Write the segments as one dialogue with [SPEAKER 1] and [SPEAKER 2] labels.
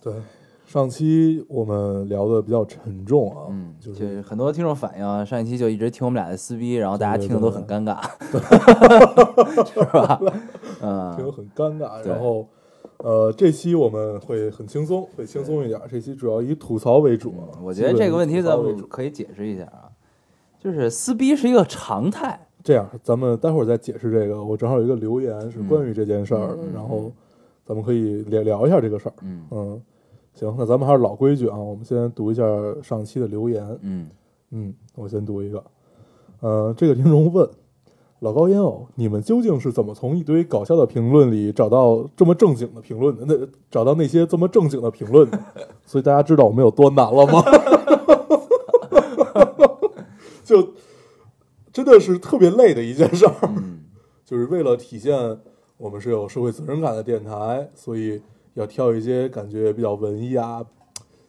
[SPEAKER 1] 对，上期我们聊的比较沉重啊，
[SPEAKER 2] 嗯，
[SPEAKER 1] 就
[SPEAKER 2] 就是是很多听众反映，上一期就一直听我们俩的撕逼，然后大家
[SPEAKER 1] 对对
[SPEAKER 2] 听的都
[SPEAKER 1] 对
[SPEAKER 2] 很尴尬，是吧？
[SPEAKER 1] 觉得
[SPEAKER 2] 嗯，
[SPEAKER 1] 很尴尬。
[SPEAKER 2] 对
[SPEAKER 1] 然后，呃，这期我们会很轻松，会轻松一点。这期主要以吐槽为主啊。
[SPEAKER 2] 嗯我觉得这个问题
[SPEAKER 1] 基
[SPEAKER 2] 咱
[SPEAKER 1] 本以吐槽为
[SPEAKER 2] 们
[SPEAKER 1] 主
[SPEAKER 2] 可以解释一下啊，就是撕逼是一个常态，
[SPEAKER 1] 这样，咱们待会儿再解释这个。我正好有一个留言是关于这件事儿的
[SPEAKER 2] 嗯嗯嗯，
[SPEAKER 1] 然后咱们可以聊聊一下这个事儿。
[SPEAKER 2] 嗯
[SPEAKER 1] 嗯，行，那咱们还是老规矩啊，我们先读一下上期的留言。
[SPEAKER 2] 嗯，
[SPEAKER 1] 嗯，我先读一个。呃，这个听众问：老高烟偶，你们究竟是怎么从一堆搞笑的评论里找到这么正经的评论的？那找到那些这么正经的评论的？ 所以大家知道我们有多难了吗？ 就真的是特别累的一件事儿。 就是为了体现我们是有社会责任感的电台，所以要挑一些感觉比较文艺啊，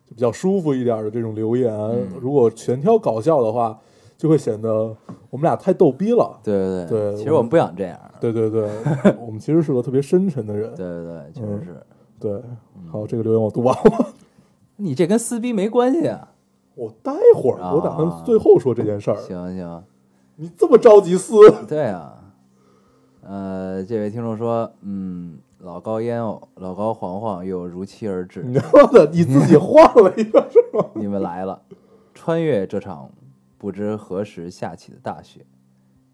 [SPEAKER 1] 就比较舒服一点的这种留言。如果全挑搞笑的话，就会显得我们俩太逗逼了。
[SPEAKER 2] 对对
[SPEAKER 1] 对
[SPEAKER 2] 其实
[SPEAKER 1] 我
[SPEAKER 2] 我们不想这样，
[SPEAKER 1] 对对 对，我们其实是个特别深沉的人。
[SPEAKER 2] 对嗯对对，确
[SPEAKER 1] 嗯
[SPEAKER 2] 实是。
[SPEAKER 1] 对，好，这个留言我读完了。
[SPEAKER 2] 你这跟撕逼没关系啊！
[SPEAKER 1] 我待会儿
[SPEAKER 2] 啊
[SPEAKER 1] 我打算最后说这件事儿。
[SPEAKER 2] 行行，
[SPEAKER 1] 你这么着急撕？
[SPEAKER 2] 对啊，呃，这位听众说，嗯，老高烟偶，老高黄黄又如期而至，
[SPEAKER 1] 你他妈的你自
[SPEAKER 2] 嗯
[SPEAKER 1] 己换了一个是吗？
[SPEAKER 2] 你们来了，穿越这场不知何时下起的大雪，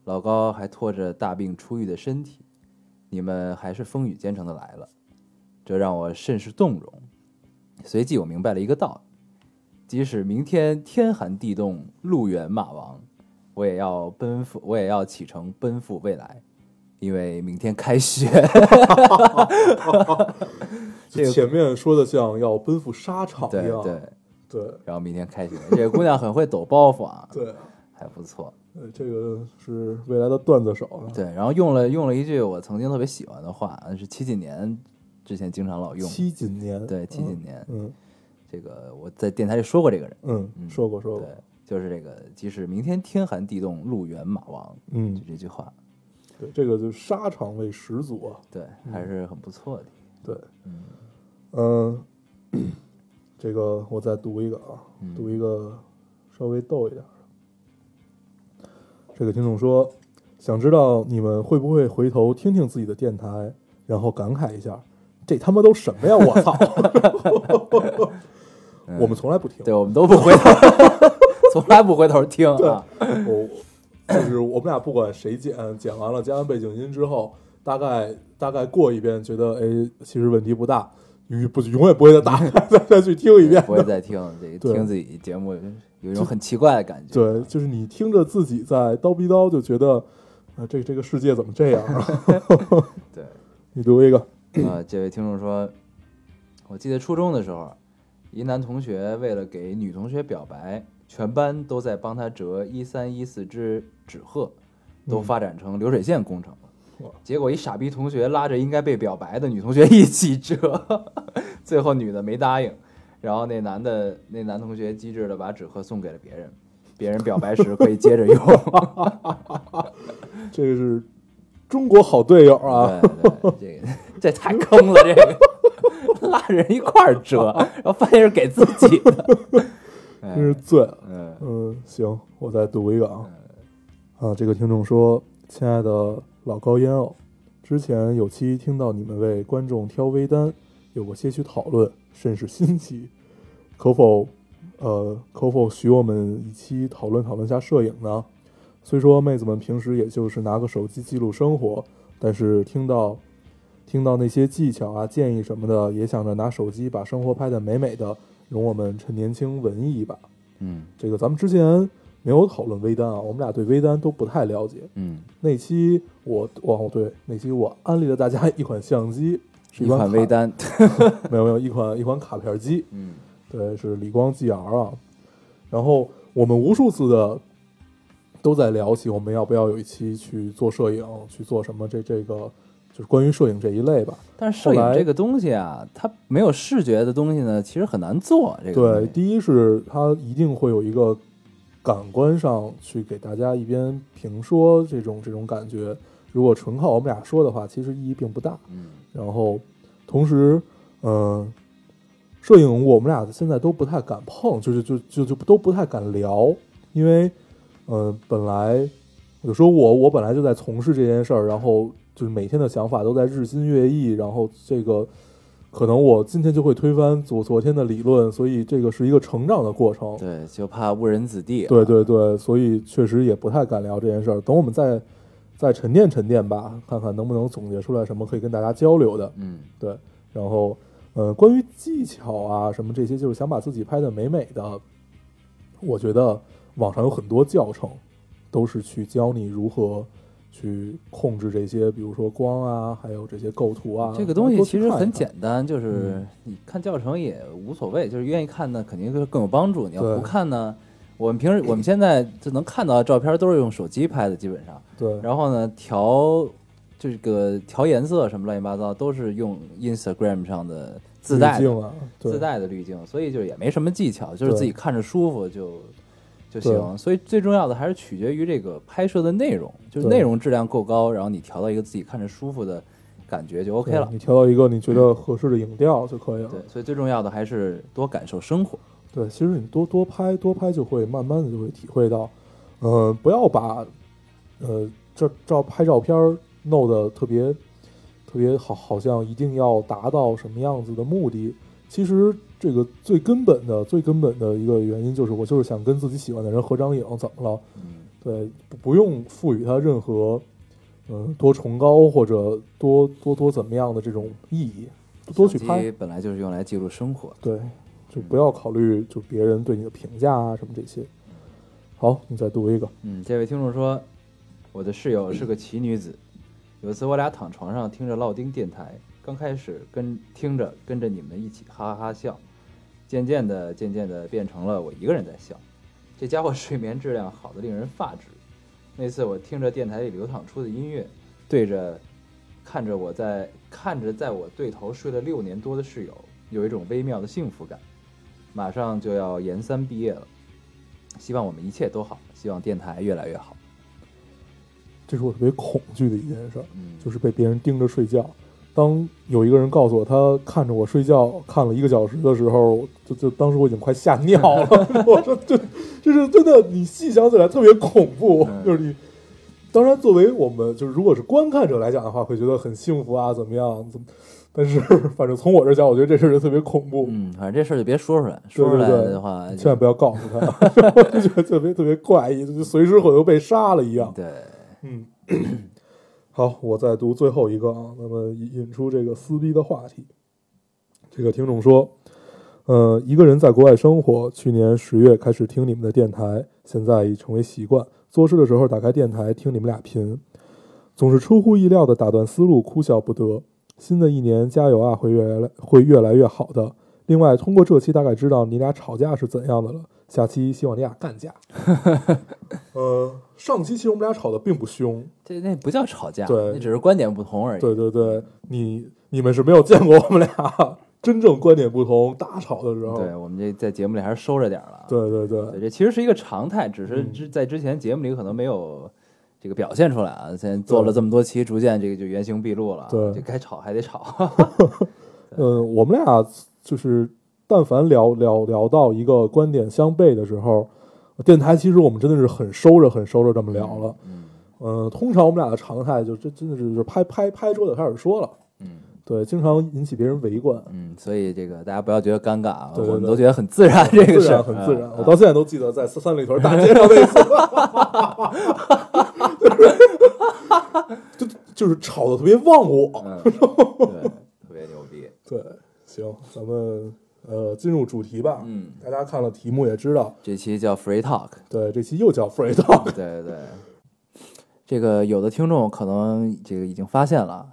[SPEAKER 2] 老高还拖着大病初愈的身体，你们还是风雨兼程的来了，这让我甚是动容。随即我明白了一个道理：即使明天天寒地冻、路远马亡，我也要奔赴，我也要启程奔赴未来，因为明天开学。
[SPEAKER 1] 就
[SPEAKER 2] 这个
[SPEAKER 1] 前面说的像要奔赴沙场
[SPEAKER 2] 对
[SPEAKER 1] 一样。
[SPEAKER 2] 对，
[SPEAKER 1] 对
[SPEAKER 2] 然后明天开学，这个姑娘很会抖包袱啊，
[SPEAKER 1] 对。
[SPEAKER 2] 还不错。
[SPEAKER 1] 呃，这个是未来的段子手啊，
[SPEAKER 2] 对，然后用了用了一句我曾经特别喜欢的话，是七几年之前经常老用。
[SPEAKER 1] 七几年，
[SPEAKER 2] 对，七几年，
[SPEAKER 1] 嗯
[SPEAKER 2] 这个我在电台里说过这个人，
[SPEAKER 1] 嗯说过说
[SPEAKER 2] 对
[SPEAKER 1] 过，，
[SPEAKER 2] 就是这个，即使明天天寒地冻，路远马亡，就
[SPEAKER 1] 嗯，
[SPEAKER 2] 这句话，
[SPEAKER 1] 对，这个就是沙场味十足啊，
[SPEAKER 2] 对，还是很不错的。
[SPEAKER 1] 对，嗯， 这个我再读一个啊，读一个稍微逗一点儿的。这个听众说，想知道你们会不会回头听听自己的电台，然后感慨一下，这他妈都什么呀！我操！我们从来不听，
[SPEAKER 2] 对，我们都不回头， 从来不回头听啊。
[SPEAKER 1] 我就是我们俩不管谁剪，剪完了加完背景音之后，大概大概过一遍，觉得哎，其实问题不大，永不永远不会再打开 再再去听一遍
[SPEAKER 2] 不。会再听，这
[SPEAKER 1] 对
[SPEAKER 2] 听自己节目有一种很奇怪的感觉。
[SPEAKER 1] 对，就是你听着自己在叨逼叨，就觉得啊、这这个世界怎么这样啊？
[SPEAKER 2] 对，
[SPEAKER 1] 你读一个，
[SPEAKER 2] 呃，这位听众说，我记得初中的时候，一男同学为了给女同学表白，全班都在帮他折一三一四只纸鹤，都发展成流水线工程了
[SPEAKER 1] 哇。
[SPEAKER 2] 结果一傻逼同学拉着应该被表白的女同学一起折， 最后女的没答应，然后那男的那男同学机智的把纸鹤送给了别人，别人表白时可以接着用。
[SPEAKER 1] 这个是中国好队友啊！
[SPEAKER 2] 对对，这个这太坑了，这个拉人一块儿折，然后发现是给自己 的，哎
[SPEAKER 1] 真是醉了。
[SPEAKER 2] 嗯
[SPEAKER 1] 嗯，行，我再读一个啊。啊，这个听众说：“亲爱的老高烟偶，之前有期听到你们为观众挑微单，有过些许讨论，甚是新奇。可否，呃，可否许我们一期讨论讨论下摄影呢？虽说妹子们平时也就是拿个手机记录生活，但是听到听到那些技巧啊、建议什么的，也想着拿手机把生活拍得美美的，容我们趁年轻文艺一把。”
[SPEAKER 2] 嗯
[SPEAKER 1] 这个咱们之前没有讨论微单啊，我们俩对微单都不太了解。
[SPEAKER 2] 嗯
[SPEAKER 1] 那期我哦对，那期我安利了大家一款相机，是
[SPEAKER 2] 一款
[SPEAKER 1] 卡
[SPEAKER 2] 微单，
[SPEAKER 1] 没有没有一款一款卡片机，
[SPEAKER 2] 嗯
[SPEAKER 1] 对，是理光 GR 啊。然后我们无数次的都在聊起我们要不要有一期去做摄影，去做什么这这个就是关于摄影这一类吧。
[SPEAKER 2] 但是摄
[SPEAKER 1] 后
[SPEAKER 2] 影
[SPEAKER 1] 来
[SPEAKER 2] 这个东西啊，它没有视觉的东西呢，其实很难做。这个东
[SPEAKER 1] 对，
[SPEAKER 2] 西
[SPEAKER 1] 第一是它一定会有一个感官上去给大家一边评说这种这种感觉。如果纯靠我们俩说的话，其实意义并不大。
[SPEAKER 2] 嗯
[SPEAKER 1] 然后同时，嗯、摄影我们俩现在都不太敢碰，就是就就就都不太敢聊，因为，呃，本来有时候我我本来就在从事这件事儿，然后就是每天的想法都在日新月异，然后这个可能我今天就会推翻昨昨天的理论，所以这个是一个成长的过程。
[SPEAKER 2] 对，就怕误人子弟啊。
[SPEAKER 1] 对对对，所以确实也不太敢聊这件事儿。等我们再再沉淀沉淀吧，看看能不能总结出来什么可以跟大家交流的。
[SPEAKER 2] 嗯
[SPEAKER 1] 对，然后呃，关于技巧啊什么这些，就是想把自己拍的美美的，我觉得网上有很多教程，都是去教你如何去控制这些，比如说光啊，还有这些构图啊。
[SPEAKER 2] 这个东西
[SPEAKER 1] 多去
[SPEAKER 2] 其
[SPEAKER 1] 看
[SPEAKER 2] 实
[SPEAKER 1] 一
[SPEAKER 2] 很
[SPEAKER 1] 看
[SPEAKER 2] 简单，就是
[SPEAKER 1] 嗯
[SPEAKER 2] 你看教程也无所谓，就是愿意看呢，肯定就更有帮助。你要
[SPEAKER 1] 对
[SPEAKER 2] 不看呢，我们平时我们现在就能看到的照片都是用手机拍的，基本上。
[SPEAKER 1] 对，
[SPEAKER 2] 然后呢，调这个调颜色什么乱七八糟都是用 Instagram 上的自带
[SPEAKER 1] 滤
[SPEAKER 2] 的
[SPEAKER 1] 镜啊，对
[SPEAKER 2] 自带的滤镜，所以就也没什么技巧，就是
[SPEAKER 1] 对
[SPEAKER 2] 自己看着舒服就就
[SPEAKER 1] 对
[SPEAKER 2] 行。所以最重要的还是取决于这个拍摄的内容，就是
[SPEAKER 1] 对
[SPEAKER 2] 内容质量够高，然后你调到一个自己看着舒服的感觉就 OK
[SPEAKER 1] 对
[SPEAKER 2] 了。
[SPEAKER 1] 你调到一个你觉得合适的影调就可以了。
[SPEAKER 2] 对，所以最重要的还是多感受生活。
[SPEAKER 1] 对，其实你多多拍多拍，就会慢慢的就会体会到，呃，不要把呃这照拍照片儿弄得特别特别好，好像一定要达到什么样子的目的。其实这个最根本的、最根本的一个原因就是，我就是想跟自己喜欢的人合张影，怎么了？
[SPEAKER 2] 嗯，
[SPEAKER 1] 对，不不用赋予它任何嗯、多崇高或者多多多怎么样的这种意义，多去拍。，
[SPEAKER 2] 本来就是用来记录生活的。
[SPEAKER 1] 对，就不要考虑就别人对你的评价啊什么这些。好，你再读一个。
[SPEAKER 2] 嗯，这位听众说，我的室友是个奇女子。有一次我俩躺床上听着烙丁电台，刚开始跟听着跟着你们一起哈哈哈笑，渐渐的渐渐的变成了我一个人在笑。这家伙睡眠质量好的令人发指。那次我听着电台里流淌出的音乐，对着看着我在看着在我对头睡了六年多的室友，有一种微妙的幸福感。马上就要研三毕业了，希望我们一切都好，希望电台越来越好。
[SPEAKER 1] 这是我特别恐惧的一件事儿，
[SPEAKER 2] 嗯
[SPEAKER 1] 就是被别人盯着睡觉。当有一个人告诉我他看着我睡觉看了一个小时的时候，我就就当时我已经快吓尿了。 我说这这是真的，你细想起来特别恐怖，
[SPEAKER 2] 嗯
[SPEAKER 1] 就是你。当然，作为我们就是如果是观看者来讲的话，会觉得很幸福啊，怎么样？怎么？但是反正从我这儿讲，我觉得这事儿就特别恐怖。
[SPEAKER 2] 嗯，反正这事儿就别说出来，
[SPEAKER 1] 对
[SPEAKER 2] 说出来
[SPEAKER 1] 对对
[SPEAKER 2] 的话就
[SPEAKER 1] 千万不要告诉他， 我就觉得特别特别怪异，就随时会都被杀了一样。
[SPEAKER 2] 对，
[SPEAKER 1] 嗯， 好，我再读最后一个啊，那么引引出这个撕逼的话题。这个听众说，呃，一个人在国外生活，去年十月开始听你们的电台，现在已成为习惯。做事的时候打开电台听你们俩贫，总是出乎意料的打断思路，哭笑不得。新的一年加油啊，会越来会越来越好的。另外，通过这期大概知道你俩吵架是怎样的了，下期希望你俩干架。呃，上期其实我们俩吵得并不凶，
[SPEAKER 2] 这那不叫吵架，
[SPEAKER 1] 对
[SPEAKER 2] 那只是观点不同而已。
[SPEAKER 1] 对对对，你你们是没有见过我们俩真正观点不同大吵的时候。
[SPEAKER 2] 对，我们这在节目里还是收着点儿了啊。
[SPEAKER 1] 对对对
[SPEAKER 2] 对，这其实是一个常态，只是
[SPEAKER 1] 嗯
[SPEAKER 2] 之在之前节目里可能没有这个表现出来啊。现在做了这么多期，逐渐这个就原形毕露了啊。
[SPEAKER 1] 对
[SPEAKER 2] 这该吵还 得吵。
[SPEAKER 1] 嗯、我们俩就是但凡聊聊聊到一个观点相悖的时候，电台其实我们真的是很收着很收着这么聊了。
[SPEAKER 2] 嗯
[SPEAKER 1] 嗯，通常我们俩的常态就这真的是就是拍拍拍桌子开始说了，
[SPEAKER 2] 嗯
[SPEAKER 1] 对，经常引起别人围观。
[SPEAKER 2] 嗯，所以这个大家不要觉得尴尬啊，
[SPEAKER 1] 对对对
[SPEAKER 2] 我们都觉得很自然，这个
[SPEAKER 1] 自
[SPEAKER 2] 事儿
[SPEAKER 1] 然，很自然
[SPEAKER 2] 啊。
[SPEAKER 1] 我到现在都记得在三三里屯大街上那一次， 就就是 吵得特别忘我。
[SPEAKER 2] 嗯，对，特别牛逼。
[SPEAKER 1] 对，行，咱们呃进入主题吧。
[SPEAKER 2] 嗯，
[SPEAKER 1] 大家看了题目也知道，
[SPEAKER 2] 这期叫 Free Talk，
[SPEAKER 1] 对，这期又叫 free talk。
[SPEAKER 2] 对对对，这个有的听众可能这个已经发现了，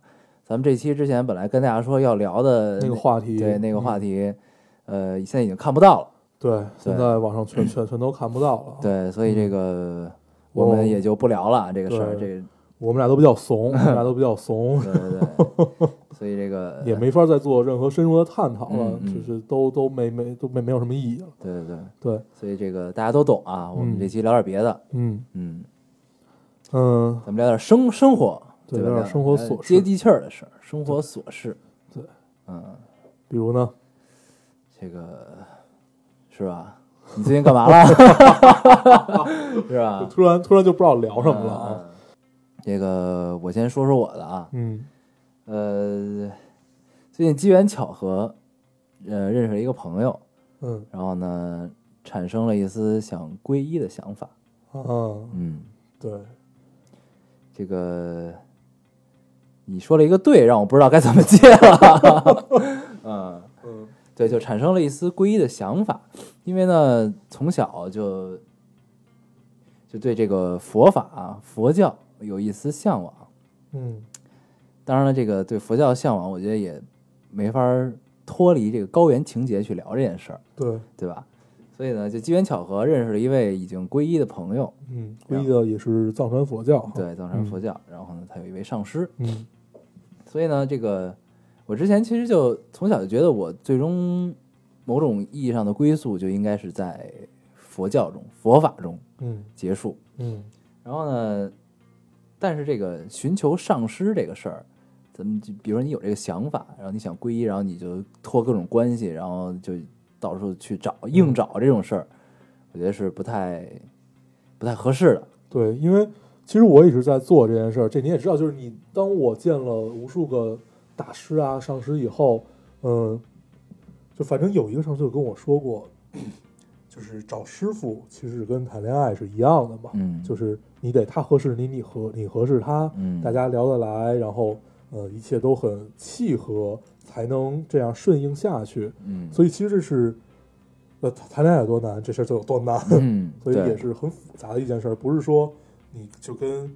[SPEAKER 2] 咱们这期之前本来跟大家说要聊的
[SPEAKER 1] 那个话题，
[SPEAKER 2] 对那个
[SPEAKER 1] 嗯
[SPEAKER 2] 话题，呃，现在已经看不到了。
[SPEAKER 1] 对，现在网上 全全全都看不到了。，
[SPEAKER 2] 对，所以这个我们也就不聊了、这个事儿。这
[SPEAKER 1] 嗯对
[SPEAKER 2] 个
[SPEAKER 1] 我们俩都比较怂，我 们俩都比较怂，
[SPEAKER 2] 对对对， 所以这 个
[SPEAKER 1] 也没法再做任何深入的探讨了
[SPEAKER 2] 嗯，嗯
[SPEAKER 1] 就是都都没没都没没有什么意义了。
[SPEAKER 2] 对对对，
[SPEAKER 1] 对，
[SPEAKER 2] 所以这个大家都懂啊。我们
[SPEAKER 1] 嗯
[SPEAKER 2] 这期聊点别的，
[SPEAKER 1] 嗯
[SPEAKER 2] 嗯，
[SPEAKER 1] 嗯，
[SPEAKER 2] 咱们聊点生生活，
[SPEAKER 1] 对
[SPEAKER 2] 吧？
[SPEAKER 1] 聊点生活琐事
[SPEAKER 2] 接地气儿的事儿，生活琐事。
[SPEAKER 1] 对，
[SPEAKER 2] 嗯，
[SPEAKER 1] 比如呢，
[SPEAKER 2] 这个是吧？你最近干嘛了？ 是吧？
[SPEAKER 1] 突然突然就不知道聊什么了啊。
[SPEAKER 2] 嗯这个我先说说我的啊，
[SPEAKER 1] 嗯
[SPEAKER 2] 呃，最近机缘巧合，呃，认识了一个朋友，
[SPEAKER 1] 嗯
[SPEAKER 2] 然后呢，产生了一丝想皈依的想法。
[SPEAKER 1] 啊，
[SPEAKER 2] 嗯，
[SPEAKER 1] 对，
[SPEAKER 2] 这个你说了一个对，让我不知道该怎么接了。 嗯，
[SPEAKER 1] 嗯
[SPEAKER 2] 对，就产生了一丝皈依的想法，因为呢，从小就就对这个佛法啊、佛教有一丝向往。
[SPEAKER 1] 嗯
[SPEAKER 2] 当然了，这个对佛教的向往，我觉得也没法儿脱离这个高原情节去聊这件事儿，
[SPEAKER 1] 对，
[SPEAKER 2] 对吧？所以呢，就机缘巧合认识了一位已经皈依的朋友，
[SPEAKER 1] 嗯，皈依的也是藏传佛教哈。
[SPEAKER 2] 对藏传佛教。然后呢，他有一位上师，
[SPEAKER 1] 嗯
[SPEAKER 2] 所以呢，这个我之前其实就从小就觉得，我最终某种意义上的归宿就应该是在佛教中、佛法中
[SPEAKER 1] 嗯
[SPEAKER 2] 结束。
[SPEAKER 1] 嗯
[SPEAKER 2] 然后呢，但是这个寻求上师这个事儿，咱们就比如说你有这个想法，然后你想皈依，然后你就托各种关系，然后就到处去找硬找这种事儿，我觉得是不太不太合适的。
[SPEAKER 1] 对，因为其实我一直在做这件事儿，这你也知道，就是你当我见了无数个大师啊、上师以后，嗯，就反正有一个上师就跟我说过，就是找师傅其实是跟谈恋爱是一样的嘛，
[SPEAKER 2] 嗯
[SPEAKER 1] 就是你得他合适你，你合你合适他，
[SPEAKER 2] 嗯
[SPEAKER 1] 大家聊得来，然后呃一切都很契合，才能这样顺应下去。
[SPEAKER 2] 嗯
[SPEAKER 1] 所以其实这是，呃，谈谈恋爱有多难，这事儿就有多难。
[SPEAKER 2] 嗯，
[SPEAKER 1] 所以
[SPEAKER 2] 对
[SPEAKER 1] 也是很复杂的一件事儿，不是说你就跟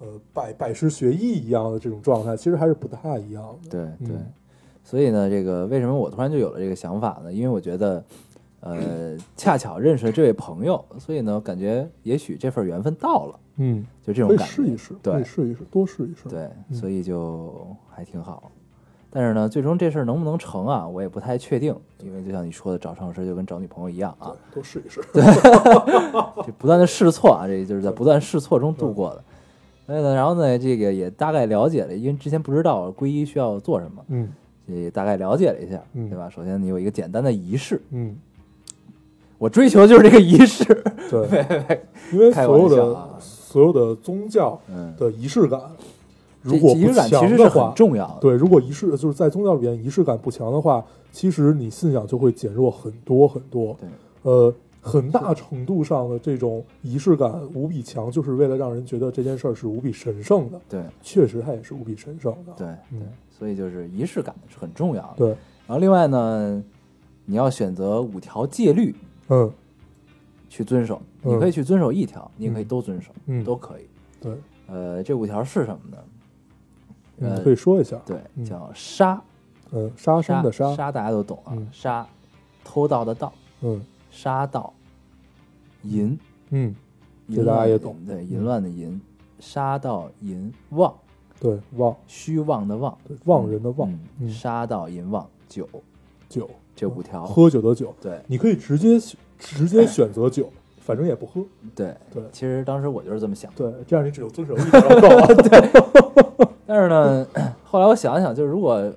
[SPEAKER 1] 呃拜拜师学艺一样的这种状态，其实还是不太一样的。
[SPEAKER 2] 对对。
[SPEAKER 1] 嗯
[SPEAKER 2] 所以呢，这个为什么我突然就有了这个想法呢？因为我觉得，呃，恰巧认识了这位朋友，所以呢，感觉也许这份缘分到了，
[SPEAKER 1] 嗯，
[SPEAKER 2] 就这种
[SPEAKER 1] 可以
[SPEAKER 2] 感觉。
[SPEAKER 1] 试一试，可
[SPEAKER 2] 对
[SPEAKER 1] 以试一试，多试一试。，
[SPEAKER 2] 对，
[SPEAKER 1] 嗯
[SPEAKER 2] 所以就还挺好。但是呢，最终这事儿能不能成啊，我也不太确定，因为就像你说的，找上师就跟找女朋友一样啊，
[SPEAKER 1] 多试一试。
[SPEAKER 2] 这不断的试错啊，这就是在不断试错中度过的。所以呢，然后呢，这个也大概了解了，因为之前不知道皈依需要做什么，
[SPEAKER 1] 嗯
[SPEAKER 2] 也大概了解了一下，
[SPEAKER 1] 嗯
[SPEAKER 2] 对吧？首先你有一个简单的仪式，
[SPEAKER 1] 嗯，
[SPEAKER 2] 我追求的就是这个仪式，
[SPEAKER 1] 对，因为所有
[SPEAKER 2] 开玩笑啊
[SPEAKER 1] 的所有的宗教
[SPEAKER 2] 嗯，
[SPEAKER 1] 的仪式感，
[SPEAKER 2] 这
[SPEAKER 1] 如果
[SPEAKER 2] 仪
[SPEAKER 1] 不
[SPEAKER 2] 式感其
[SPEAKER 1] 强
[SPEAKER 2] 实是
[SPEAKER 1] 的话
[SPEAKER 2] 很，重要的，
[SPEAKER 1] 对，如果仪式就是在宗教里边仪式感不强的话，其实你信仰就会减弱很多很多。
[SPEAKER 2] 对
[SPEAKER 1] 呃，很大程度上的这种仪式感无比强，就是为了让人觉得这件事儿是无比神圣的。
[SPEAKER 2] 对
[SPEAKER 1] 确实，它也是无比神圣的。
[SPEAKER 2] 对对
[SPEAKER 1] 嗯，
[SPEAKER 2] 所以就是仪式感是很重要的。
[SPEAKER 1] 对，
[SPEAKER 2] 然后另外呢，你要选择五条戒律
[SPEAKER 1] 嗯
[SPEAKER 2] 去遵守，
[SPEAKER 1] 嗯
[SPEAKER 2] 你可以去遵守一条，你也可以都遵守，
[SPEAKER 1] 嗯
[SPEAKER 2] 都可以。
[SPEAKER 1] 对，
[SPEAKER 2] 呃，这五条是什么呢？
[SPEAKER 1] 你
[SPEAKER 2] 呃
[SPEAKER 1] 可以说一下。
[SPEAKER 2] 对，
[SPEAKER 1] 嗯
[SPEAKER 2] 叫杀，
[SPEAKER 1] 嗯，杀生
[SPEAKER 2] 杀
[SPEAKER 1] 的
[SPEAKER 2] 杀
[SPEAKER 1] 杀，
[SPEAKER 2] 大家都懂啊
[SPEAKER 1] 嗯，
[SPEAKER 2] 杀，偷盗的盗，
[SPEAKER 1] 嗯
[SPEAKER 2] 杀盗，淫，
[SPEAKER 1] 嗯，
[SPEAKER 2] 淫
[SPEAKER 1] 这大家
[SPEAKER 2] 乱的
[SPEAKER 1] 也
[SPEAKER 2] 淫
[SPEAKER 1] 懂
[SPEAKER 2] 对，
[SPEAKER 1] 嗯
[SPEAKER 2] 淫乱的淫，杀盗淫妄，
[SPEAKER 1] 对，妄，
[SPEAKER 2] 虚妄的妄，
[SPEAKER 1] 对，妄人的妄，
[SPEAKER 2] 嗯
[SPEAKER 1] 嗯
[SPEAKER 2] 杀盗淫妄酒
[SPEAKER 1] 酒，
[SPEAKER 2] 这五条，
[SPEAKER 1] 喝酒的酒，
[SPEAKER 2] 对
[SPEAKER 1] 你可以直
[SPEAKER 2] 哎
[SPEAKER 1] 接直接选择酒，反正也不喝。
[SPEAKER 2] 对
[SPEAKER 1] 对
[SPEAKER 2] 其实当时我就是这么想的。
[SPEAKER 1] 对，这样你只有 遵守一条啊就够了。
[SPEAKER 2] 但是呢， 后来我想了想，就是如果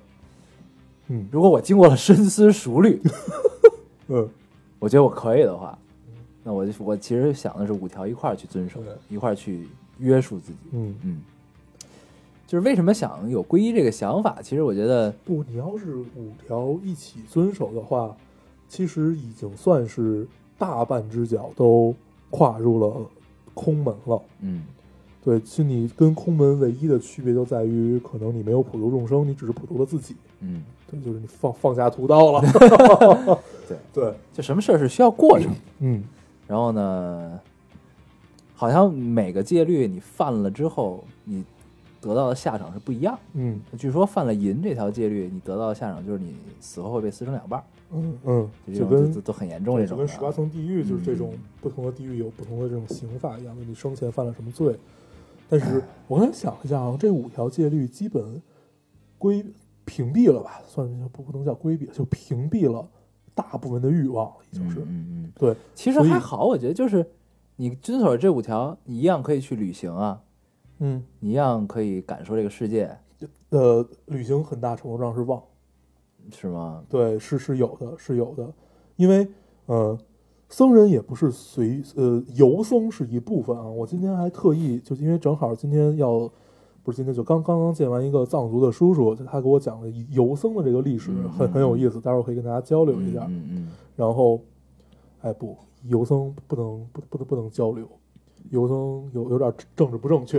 [SPEAKER 1] 嗯
[SPEAKER 2] 如果我经过了深思 熟虑，
[SPEAKER 1] 嗯，
[SPEAKER 2] 我觉得我可以的话，那我就我其实想的是五条一块儿去遵守
[SPEAKER 1] 对，
[SPEAKER 2] 一块儿去约束自己。
[SPEAKER 1] 嗯，
[SPEAKER 2] 嗯，就是为什么想有皈依这个想法？其实我觉得，
[SPEAKER 1] 不，你要是五条一起遵守的话，其实已经算是大半只脚都跨入了空门了。
[SPEAKER 2] 嗯，
[SPEAKER 1] 对，其实你跟空门唯一的区别就在于，可能你没有普度众生，你只是普度了自己。
[SPEAKER 2] 嗯，
[SPEAKER 1] 对，就是你放放下屠刀了。
[SPEAKER 2] 对
[SPEAKER 1] 对，
[SPEAKER 2] 就什么事儿是需要过程。
[SPEAKER 1] 嗯，
[SPEAKER 2] 然后呢，好像每个戒律你犯了之后，你得到的下场是不一样。
[SPEAKER 1] 嗯
[SPEAKER 2] 据说犯了淫这条戒律，你得到的下场就是你死后会被撕成两半儿，
[SPEAKER 1] 嗯嗯，就
[SPEAKER 2] 就这种都
[SPEAKER 1] 跟
[SPEAKER 2] 都都很严重
[SPEAKER 1] 对就
[SPEAKER 2] 这种
[SPEAKER 1] 跟
[SPEAKER 2] 的
[SPEAKER 1] 十八
[SPEAKER 2] 啊。
[SPEAKER 1] 层地狱就是这种
[SPEAKER 2] 嗯
[SPEAKER 1] 不同的地狱有不同的这种刑罚一样的，你生前犯了什么罪？但是我刚才想了一下，好像这五条戒律基本规屏蔽了吧，算不不能叫规避，就屏蔽了大部分的欲望了，已经
[SPEAKER 2] 嗯
[SPEAKER 1] 是
[SPEAKER 2] 嗯嗯，
[SPEAKER 1] 对。
[SPEAKER 2] 其实
[SPEAKER 1] 所以
[SPEAKER 2] 还好，我觉得就是你遵守这五条，你一样可以去旅行啊，
[SPEAKER 1] 嗯，
[SPEAKER 2] 你一样可以感受这个世界，
[SPEAKER 1] 呃，旅行很大程度上是忘，
[SPEAKER 2] 是吗？
[SPEAKER 1] 对，是是有的，是有的，因为呃，僧人也不是随呃游僧是一部分啊。我今天还特意就是因为正好今天要不是今天就刚刚刚见完一个藏族的叔叔，就他给我讲了游僧的这个历史，
[SPEAKER 2] 嗯
[SPEAKER 1] 很很有意思，待会儿可以跟大家交流一下。
[SPEAKER 2] 嗯嗯
[SPEAKER 1] 然后，哎不，游僧不能不不能不能交流。游僧有有点政治不正确，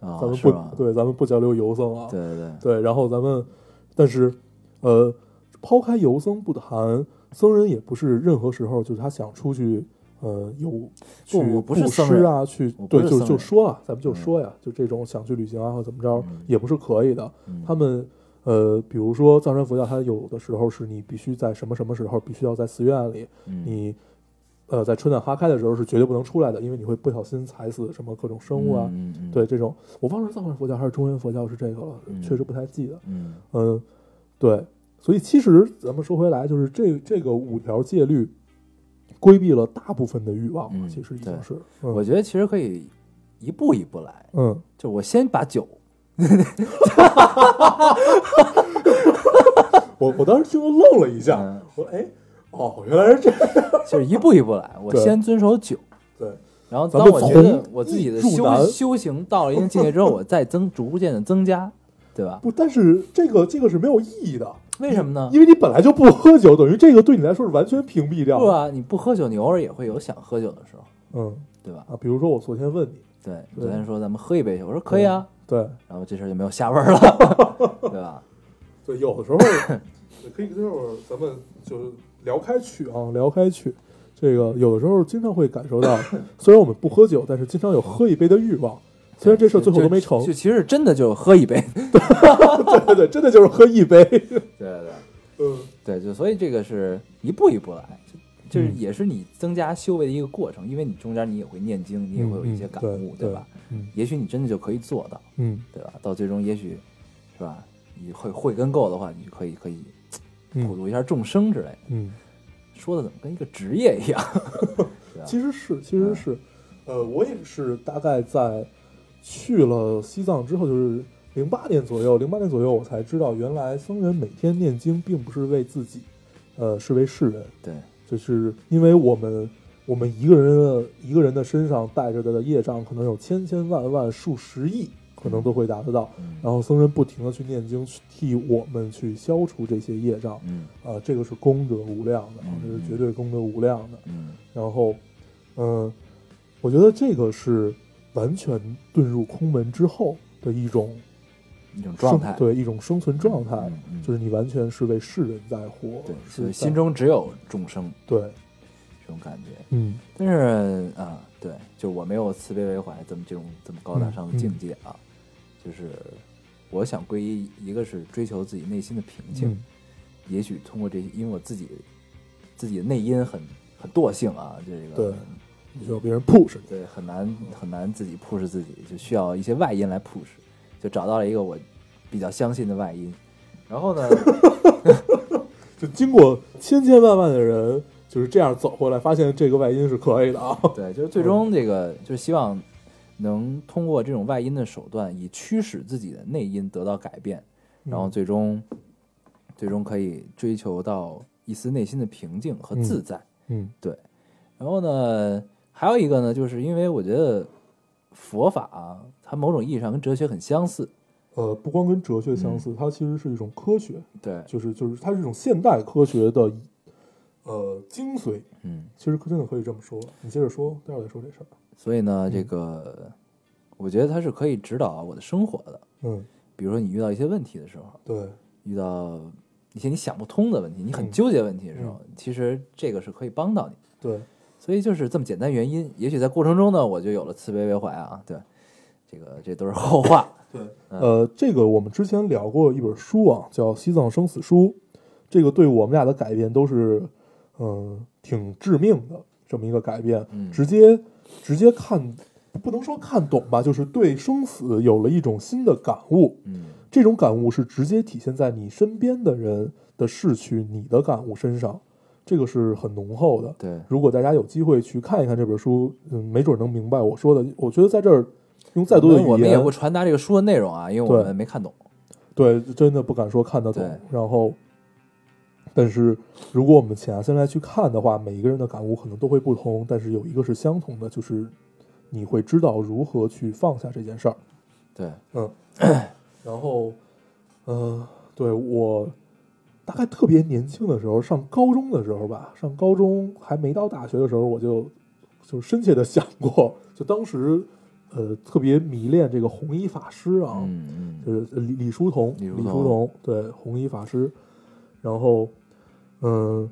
[SPEAKER 2] 嗯，啊
[SPEAKER 1] 咱们
[SPEAKER 2] 是
[SPEAKER 1] 不、
[SPEAKER 2] 吗？
[SPEAKER 1] 对，咱们不交流游僧啊。
[SPEAKER 2] 对对对，
[SPEAKER 1] 对，然后咱们，但是，呃，抛开游僧不谈，僧人也不是任何时候就是他想出去，呃，有去
[SPEAKER 2] 我不是
[SPEAKER 1] 布
[SPEAKER 2] 僧
[SPEAKER 1] 施啊，去
[SPEAKER 2] 我不
[SPEAKER 1] 对，
[SPEAKER 2] 是
[SPEAKER 1] 就
[SPEAKER 2] 僧
[SPEAKER 1] 就
[SPEAKER 2] 人嗯
[SPEAKER 1] 说啊，咱们就说呀，就这种想去旅行啊或怎么着，也不是可以的。
[SPEAKER 2] 嗯
[SPEAKER 1] 他们呃，比如说藏传佛教，它有的时候是你必须在什么什么时候必须要在寺院里，
[SPEAKER 2] 嗯
[SPEAKER 1] 你。呃，在春暖花开的时候是绝对不能出来的，因为你会不小心踩死什么各种生物啊，
[SPEAKER 2] 嗯，嗯，
[SPEAKER 1] 对这种，我忘了是藏传佛教还是中原佛教是这个了，
[SPEAKER 2] 嗯
[SPEAKER 1] 确实不太记得。
[SPEAKER 2] 嗯
[SPEAKER 1] 嗯，对，所以其实咱们说回来，就是这这个五条戒律规避了大部分的欲望了，
[SPEAKER 2] 嗯
[SPEAKER 1] 其实已
[SPEAKER 2] 对
[SPEAKER 1] 经是，
[SPEAKER 2] 嗯，我
[SPEAKER 1] 嗯
[SPEAKER 2] 觉得其实可以一步一步来，
[SPEAKER 1] 嗯，
[SPEAKER 2] 就我先把酒，
[SPEAKER 1] 我我当时听了愣了一下，
[SPEAKER 2] 嗯
[SPEAKER 1] 我说哎，哦，原来是这样，
[SPEAKER 2] 就是一步一步来，我
[SPEAKER 1] 对
[SPEAKER 2] 先遵守酒，
[SPEAKER 1] 对，
[SPEAKER 2] 然后
[SPEAKER 1] 咱
[SPEAKER 2] 当
[SPEAKER 1] 们
[SPEAKER 2] 我觉得
[SPEAKER 1] 从
[SPEAKER 2] 我自己的
[SPEAKER 1] 入
[SPEAKER 2] 修
[SPEAKER 1] 南
[SPEAKER 2] 修行到了一定境 界之后，我再增逐渐的增加，对吧？
[SPEAKER 1] 不，但是这个这个是没有意义的，
[SPEAKER 2] 为什么呢？
[SPEAKER 1] 因为你本来就不喝酒，等于这个对你来说是完全屏蔽掉
[SPEAKER 2] 不
[SPEAKER 1] 的，
[SPEAKER 2] 啊，你不喝酒，你偶尔也会有想喝酒的时候，
[SPEAKER 1] 嗯
[SPEAKER 2] 对吧？
[SPEAKER 1] 啊，比如说我昨天问你，
[SPEAKER 2] 对，你
[SPEAKER 1] 对
[SPEAKER 2] 昨天说咱们喝一杯酒，我说可以啊，
[SPEAKER 1] 对
[SPEAKER 2] 然后这事儿就没有下 文了，对吧？
[SPEAKER 1] 对，有的时候可以一会儿咱们就是聊开去啊，聊开去。这个有的时候经常会感受到，虽然我们不喝酒，但是经常有喝一杯的欲望。虽然这事儿最后都没成
[SPEAKER 2] 就，就其实真的就喝一杯，
[SPEAKER 1] 对 对对，真的就是喝一杯。
[SPEAKER 2] 对对对。
[SPEAKER 1] 嗯
[SPEAKER 2] 对，就所以这个是一步一步来，就就是
[SPEAKER 1] 嗯
[SPEAKER 2] 也是你增加修为的一个过程，因为你中间你也会念经，你也会有一些感悟，
[SPEAKER 1] 嗯嗯对
[SPEAKER 2] 吧？
[SPEAKER 1] 嗯
[SPEAKER 2] 也许你真的就可以做到，
[SPEAKER 1] 嗯
[SPEAKER 2] 对吧？到最终也许是吧，你会慧根够的话，你就可以可以普
[SPEAKER 1] 嗯
[SPEAKER 2] 度一下众生之类的。
[SPEAKER 1] 嗯，
[SPEAKER 2] 说的怎么跟一个职业一样？对吧
[SPEAKER 1] 其实是其实是，呃，我也是大概在去了西藏之后，就是零八年左右，零八年左右我才知道，原来僧人每天念经并不是为自己，呃，是为世人。
[SPEAKER 2] 对，
[SPEAKER 1] 就是因为我们我们一个人的一个人的身上带着的业障，可能有千千万万、数十亿，可能都会达得到。
[SPEAKER 2] 嗯
[SPEAKER 1] 然后僧人不停的去念经，去替我们去消除这些业障，
[SPEAKER 2] 嗯
[SPEAKER 1] 啊、这个是功德无量的，
[SPEAKER 2] 嗯
[SPEAKER 1] 这是绝对功德无量的。
[SPEAKER 2] 嗯
[SPEAKER 1] 然后，嗯、我觉得这个是完全遁入空门之后的一种
[SPEAKER 2] 一种
[SPEAKER 1] 生
[SPEAKER 2] 状态，
[SPEAKER 1] 对一种生存状态，
[SPEAKER 2] 嗯嗯
[SPEAKER 1] 就是你完全是为世人在活，
[SPEAKER 2] 对，
[SPEAKER 1] 是
[SPEAKER 2] 所以
[SPEAKER 1] 在
[SPEAKER 2] 心中只有众生
[SPEAKER 1] 对，
[SPEAKER 2] 这种感觉。
[SPEAKER 1] 嗯
[SPEAKER 2] 但是啊，对，就我没有慈悲为怀这么这种这么高大上的境界
[SPEAKER 1] 嗯
[SPEAKER 2] 啊，就是我想皈依，一个是追求自己内心的平静，
[SPEAKER 1] 嗯
[SPEAKER 2] 也许通过这些，因为我自己自己的内因很很惰性啊，这个
[SPEAKER 1] 对你需要别人 push 你。
[SPEAKER 2] 对很难很难自己 push 自己，就需要一些外因来 push，就找到了一个我比较相信的外因，然后呢，
[SPEAKER 1] 就经过千千万万的人，就是这样走回来，发现这个外因是可以的 啊。
[SPEAKER 2] 对，就是最终这个就是希望能通过这种外因的手段，以驱使自己的内因得到改变，然
[SPEAKER 1] 嗯
[SPEAKER 2] 后最终最终可以追求到一丝内心的平静和自在。
[SPEAKER 1] 嗯
[SPEAKER 2] 对，然后呢，还有一个呢，就是因为我觉得佛法啊、它某种意义上跟哲学很相似。
[SPEAKER 1] 呃，不光跟哲学相似，它其实是一种科学，
[SPEAKER 2] 对，
[SPEAKER 1] 就是就是它是一种现代科学的呃精髓。
[SPEAKER 2] 嗯，
[SPEAKER 1] 其实真的可以这么说，你接着说，待会儿再说这事儿。
[SPEAKER 2] 所以呢，
[SPEAKER 1] 嗯
[SPEAKER 2] 这个、我觉得它是可以指导我的生活的。
[SPEAKER 1] 嗯，
[SPEAKER 2] 比如说你遇到一些问题的时候，
[SPEAKER 1] 对，
[SPEAKER 2] 遇到一些你想不通的问题，你很
[SPEAKER 1] 嗯
[SPEAKER 2] 纠结问题的时候，其实这个是可以帮到你。
[SPEAKER 1] 对，
[SPEAKER 2] 所以就是这么简单原因，也许在过程中呢，我就有了慈悲为怀啊。对，这个这都是后话。
[SPEAKER 1] 呃，这个我们之前聊过一本书啊，叫《西藏生死书》，这个对我们俩的改变都是，嗯、挺致命的这么一个改变，
[SPEAKER 2] 嗯
[SPEAKER 1] 直接直接看，不能说看懂吧，就是对生死有了一种新的感悟。
[SPEAKER 2] 嗯
[SPEAKER 1] 这种感悟是直接体现在你身边的人的逝去、你的感悟身上，这个是很浓厚的。
[SPEAKER 2] 对，
[SPEAKER 1] 如果大家有机会去看一看这本书，嗯，没准能明白我说的。我觉得在这儿用 再多的语言，
[SPEAKER 2] 我们也不传达这个书的内容啊，因为我
[SPEAKER 1] 对
[SPEAKER 2] 们没看懂。
[SPEAKER 1] 对，真的不敢说看得懂
[SPEAKER 2] 对。
[SPEAKER 1] 然后，但是如果我们潜下心来去看的话，每一个人的感悟可能都会不同，但是有一个是相同的，就是你会知道如何去放下这件事儿。
[SPEAKER 2] 对，
[SPEAKER 1] 嗯，然后，嗯、对我大概特别年轻的时候，上高中的时候吧，上高中还没到大学的时候，我就就深切的想过，就当时呃特别迷恋这个弘一法师啊，
[SPEAKER 2] 嗯嗯，
[SPEAKER 1] 就是李李叔同，
[SPEAKER 2] 李叔
[SPEAKER 1] 叔
[SPEAKER 2] 同
[SPEAKER 1] 同，对，弘一法师。然后，嗯，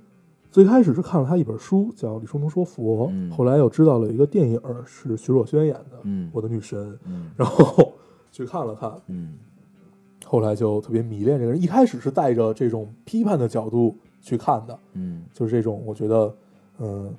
[SPEAKER 1] 最开始是看了他一本书，叫《李叔同说佛》，
[SPEAKER 2] 嗯
[SPEAKER 1] 后来又知道了有一个电影是徐若瑄演的，
[SPEAKER 2] 嗯
[SPEAKER 1] 我的女神》，
[SPEAKER 2] 嗯
[SPEAKER 1] 然后 去看了看，
[SPEAKER 2] 嗯
[SPEAKER 1] 后来就特别迷恋这个人。一开始是带着这种批判的角度去看的，
[SPEAKER 2] 嗯
[SPEAKER 1] 就是这种，我觉得，嗯。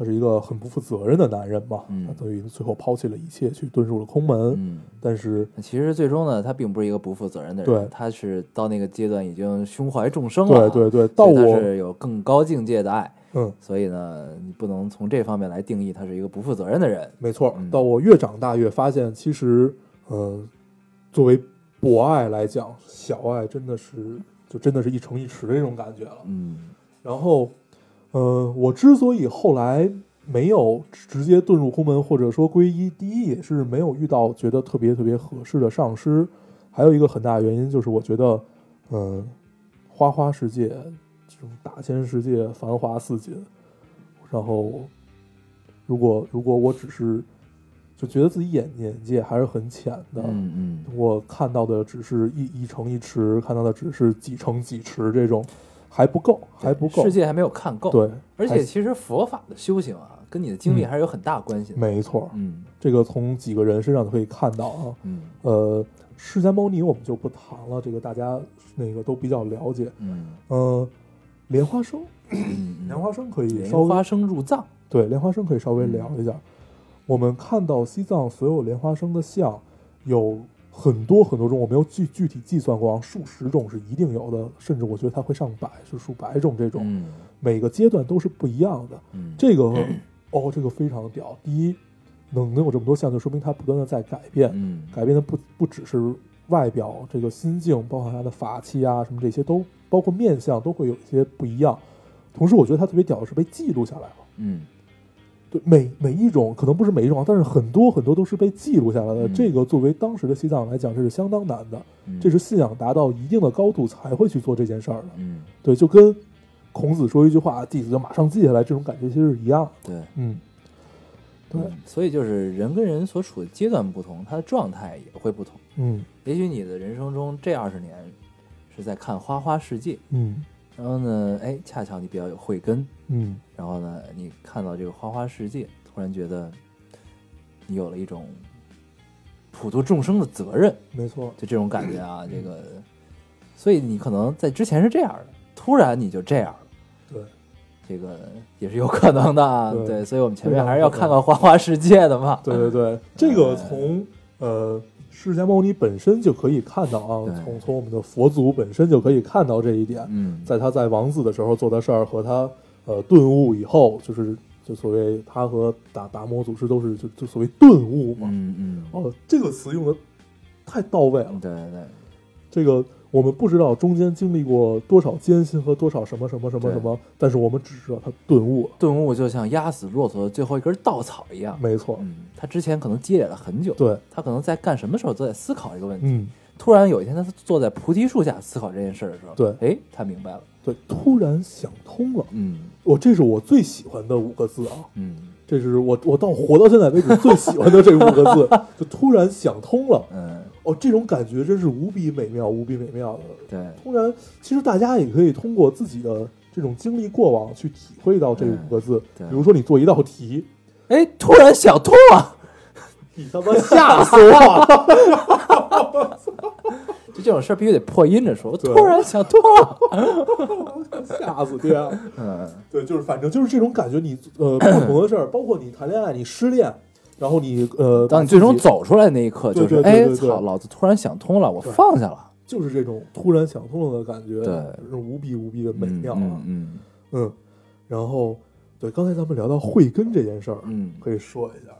[SPEAKER 1] 他是一个很不负责任的男人嘛，
[SPEAKER 2] 嗯
[SPEAKER 1] 他等于最后抛弃了一切，去遁入了空门。
[SPEAKER 2] 嗯。
[SPEAKER 1] 但是
[SPEAKER 2] 其实最终呢，他并不是一个不负责任的
[SPEAKER 1] 对
[SPEAKER 2] 人，他是到那个阶段已经胸怀众生了
[SPEAKER 1] 对对
[SPEAKER 2] 啊，
[SPEAKER 1] 对，到
[SPEAKER 2] 所以他
[SPEAKER 1] 我，
[SPEAKER 2] 是有更高境界的爱，
[SPEAKER 1] 嗯，
[SPEAKER 2] 所以呢，你不能从这方面来定义他是一个不负责任的人。
[SPEAKER 1] 没错
[SPEAKER 2] 嗯，
[SPEAKER 1] 到我越长大越发现，其实，呃，作为博爱来讲，小爱真的是就真的是一城一池的那种感觉了。
[SPEAKER 2] 嗯
[SPEAKER 1] 然后，呃，我之所以后来没有直接遁入空门，或者说皈依，第一也是没有遇到觉得特别特别合适的上师，还有一个很大的原因就是我觉得，嗯、花花世界这种大千世界繁华似锦，然后如果如果我只是就觉得自己眼眼界还是很浅的，
[SPEAKER 2] 嗯嗯，
[SPEAKER 1] 我看到的只是一一城一池，看到的只是几城几池这种，还不够，还不够。
[SPEAKER 2] 世界还没有看够。，
[SPEAKER 1] 对，
[SPEAKER 2] 而
[SPEAKER 1] 还
[SPEAKER 2] 且其实佛法的修行啊，跟你的经历
[SPEAKER 1] 嗯
[SPEAKER 2] 还是有很大关系的。
[SPEAKER 1] 没错，
[SPEAKER 2] 嗯
[SPEAKER 1] 这个从几个人身上就可以看到啊。
[SPEAKER 2] 嗯
[SPEAKER 1] 呃，释迦牟尼我们就不谈了，这个大家那个都比较了解。
[SPEAKER 2] 嗯
[SPEAKER 1] 呃，莲花 生，
[SPEAKER 2] 嗯，
[SPEAKER 1] 莲花生可以
[SPEAKER 2] 莲
[SPEAKER 1] 稍微
[SPEAKER 2] 花生入藏。
[SPEAKER 1] 对，莲花生可以稍微
[SPEAKER 2] 嗯
[SPEAKER 1] 聊一下。我们看到西藏所有莲花生的像，有很多很多种，我没有具具体计算过，啊，数十种是一定有的，甚至我觉得它会上百，是数百种这种。
[SPEAKER 2] 嗯
[SPEAKER 1] 每个阶段都是不一样的。
[SPEAKER 2] 嗯，
[SPEAKER 1] 这 个哦，这个非常屌。第一，能能有这么多像，就说明它不断的在改变，
[SPEAKER 2] 嗯
[SPEAKER 1] 改变的不不只是外表，这个心境，包括它的法器啊什么这些都，包括面相都会有一些不一样。同时，我觉得它特别屌的是被记录下来了。
[SPEAKER 2] 嗯
[SPEAKER 1] 对，每每一种可能不是每一种啊，但是很多很多都是被记录下来的。
[SPEAKER 2] 嗯
[SPEAKER 1] 这个作为当时的西藏来讲，这是相当难的，
[SPEAKER 2] 嗯，
[SPEAKER 1] 这是信仰达到一定的高度才会去做这件事儿的。
[SPEAKER 2] 嗯
[SPEAKER 1] 对，就跟孔子说一句话，弟子就马上记下来，这种感觉其实是一样的。
[SPEAKER 2] 对。
[SPEAKER 1] 嗯，对，
[SPEAKER 2] 嗯所以就是人跟人所处的阶段不同，他的状态也会不同。
[SPEAKER 1] 嗯
[SPEAKER 2] 也许你的人生中这二十年是在看花花世界，
[SPEAKER 1] 嗯
[SPEAKER 2] 然后呢，哎，恰巧你比较有慧根，
[SPEAKER 1] 嗯，
[SPEAKER 2] 然后呢，你看到这个花花世界，突然觉得你有了一种普度众生的责任，
[SPEAKER 1] 没错，
[SPEAKER 2] 就这种感觉啊。这个，所以你可能在之前是这样的，突然你就这样了。
[SPEAKER 1] 对，
[SPEAKER 2] 这个也是有可能的啊，
[SPEAKER 1] 对
[SPEAKER 2] 对，所以我们前面还是要看看花花世界的嘛。
[SPEAKER 1] 对对对，这个从呃释迦牟尼本身就可以看到啊
[SPEAKER 2] 对，
[SPEAKER 1] 从从我们的佛祖本身就可以看到这一点。
[SPEAKER 2] 嗯，
[SPEAKER 1] 在他在王子的时候做的事儿和他呃顿悟以后，就是就所谓他和达达摩祖师都是就就所谓顿悟嘛。
[SPEAKER 2] 嗯嗯，
[SPEAKER 1] 哦，这个词用的太到位了。
[SPEAKER 2] 对对对，
[SPEAKER 1] 这个我们不知道中间经历过多少艰辛和多少什么什么什么什么，但是我们只知道他顿悟了。
[SPEAKER 2] 顿悟就像压死骆驼的最后一根稻草一样。
[SPEAKER 1] 没错，
[SPEAKER 2] 嗯，他之前可能积累了很久，
[SPEAKER 1] 对，
[SPEAKER 2] 他可能在干什么时候都在思考这个问题。
[SPEAKER 1] 嗯，
[SPEAKER 2] 突然有一天，他坐在菩提树下思考这件事儿的时候，
[SPEAKER 1] 对
[SPEAKER 2] 哎，他明白了。
[SPEAKER 1] 对，突然想通了。
[SPEAKER 2] 嗯
[SPEAKER 1] 我这是我最喜欢的五个字啊，
[SPEAKER 2] 嗯
[SPEAKER 1] 这是我我到活到现在为止最喜欢的这五个字，就突然想通了。
[SPEAKER 2] 嗯，
[SPEAKER 1] 哦，这种感觉真是无比美妙，无比美妙的。
[SPEAKER 2] 对，
[SPEAKER 1] 突然，其实大家也可以通过自己的这种经历过往去体会到这五个字。
[SPEAKER 2] 嗯对
[SPEAKER 1] 比如说，你做一道题，
[SPEAKER 2] 哎，突然想通了。
[SPEAKER 1] 你他妈吓死我！
[SPEAKER 2] 就这种事儿必须得破音着说。我
[SPEAKER 1] 对
[SPEAKER 2] 突然想吐了，
[SPEAKER 1] 吓死爹了！
[SPEAKER 2] 嗯，
[SPEAKER 1] 对，就是反正就是这种感觉你，呃，不同的事儿，包括你谈恋爱，你失恋，然后你呃，
[SPEAKER 2] 当
[SPEAKER 1] 把
[SPEAKER 2] 你最终
[SPEAKER 1] 自己
[SPEAKER 2] 走出来那一刻，就是
[SPEAKER 1] 对对对
[SPEAKER 2] 哎
[SPEAKER 1] 对对
[SPEAKER 2] 操，老子突然想通了，我
[SPEAKER 1] 对
[SPEAKER 2] 放下了。
[SPEAKER 1] 就是这种突然想通了的感觉，
[SPEAKER 2] 对，
[SPEAKER 1] 是无比无比的美
[SPEAKER 2] 嗯
[SPEAKER 1] 妙啊
[SPEAKER 2] 嗯。嗯
[SPEAKER 1] 嗯，然后对，刚才咱们聊到慧根这件事儿，
[SPEAKER 2] 嗯，
[SPEAKER 1] 可以说一下。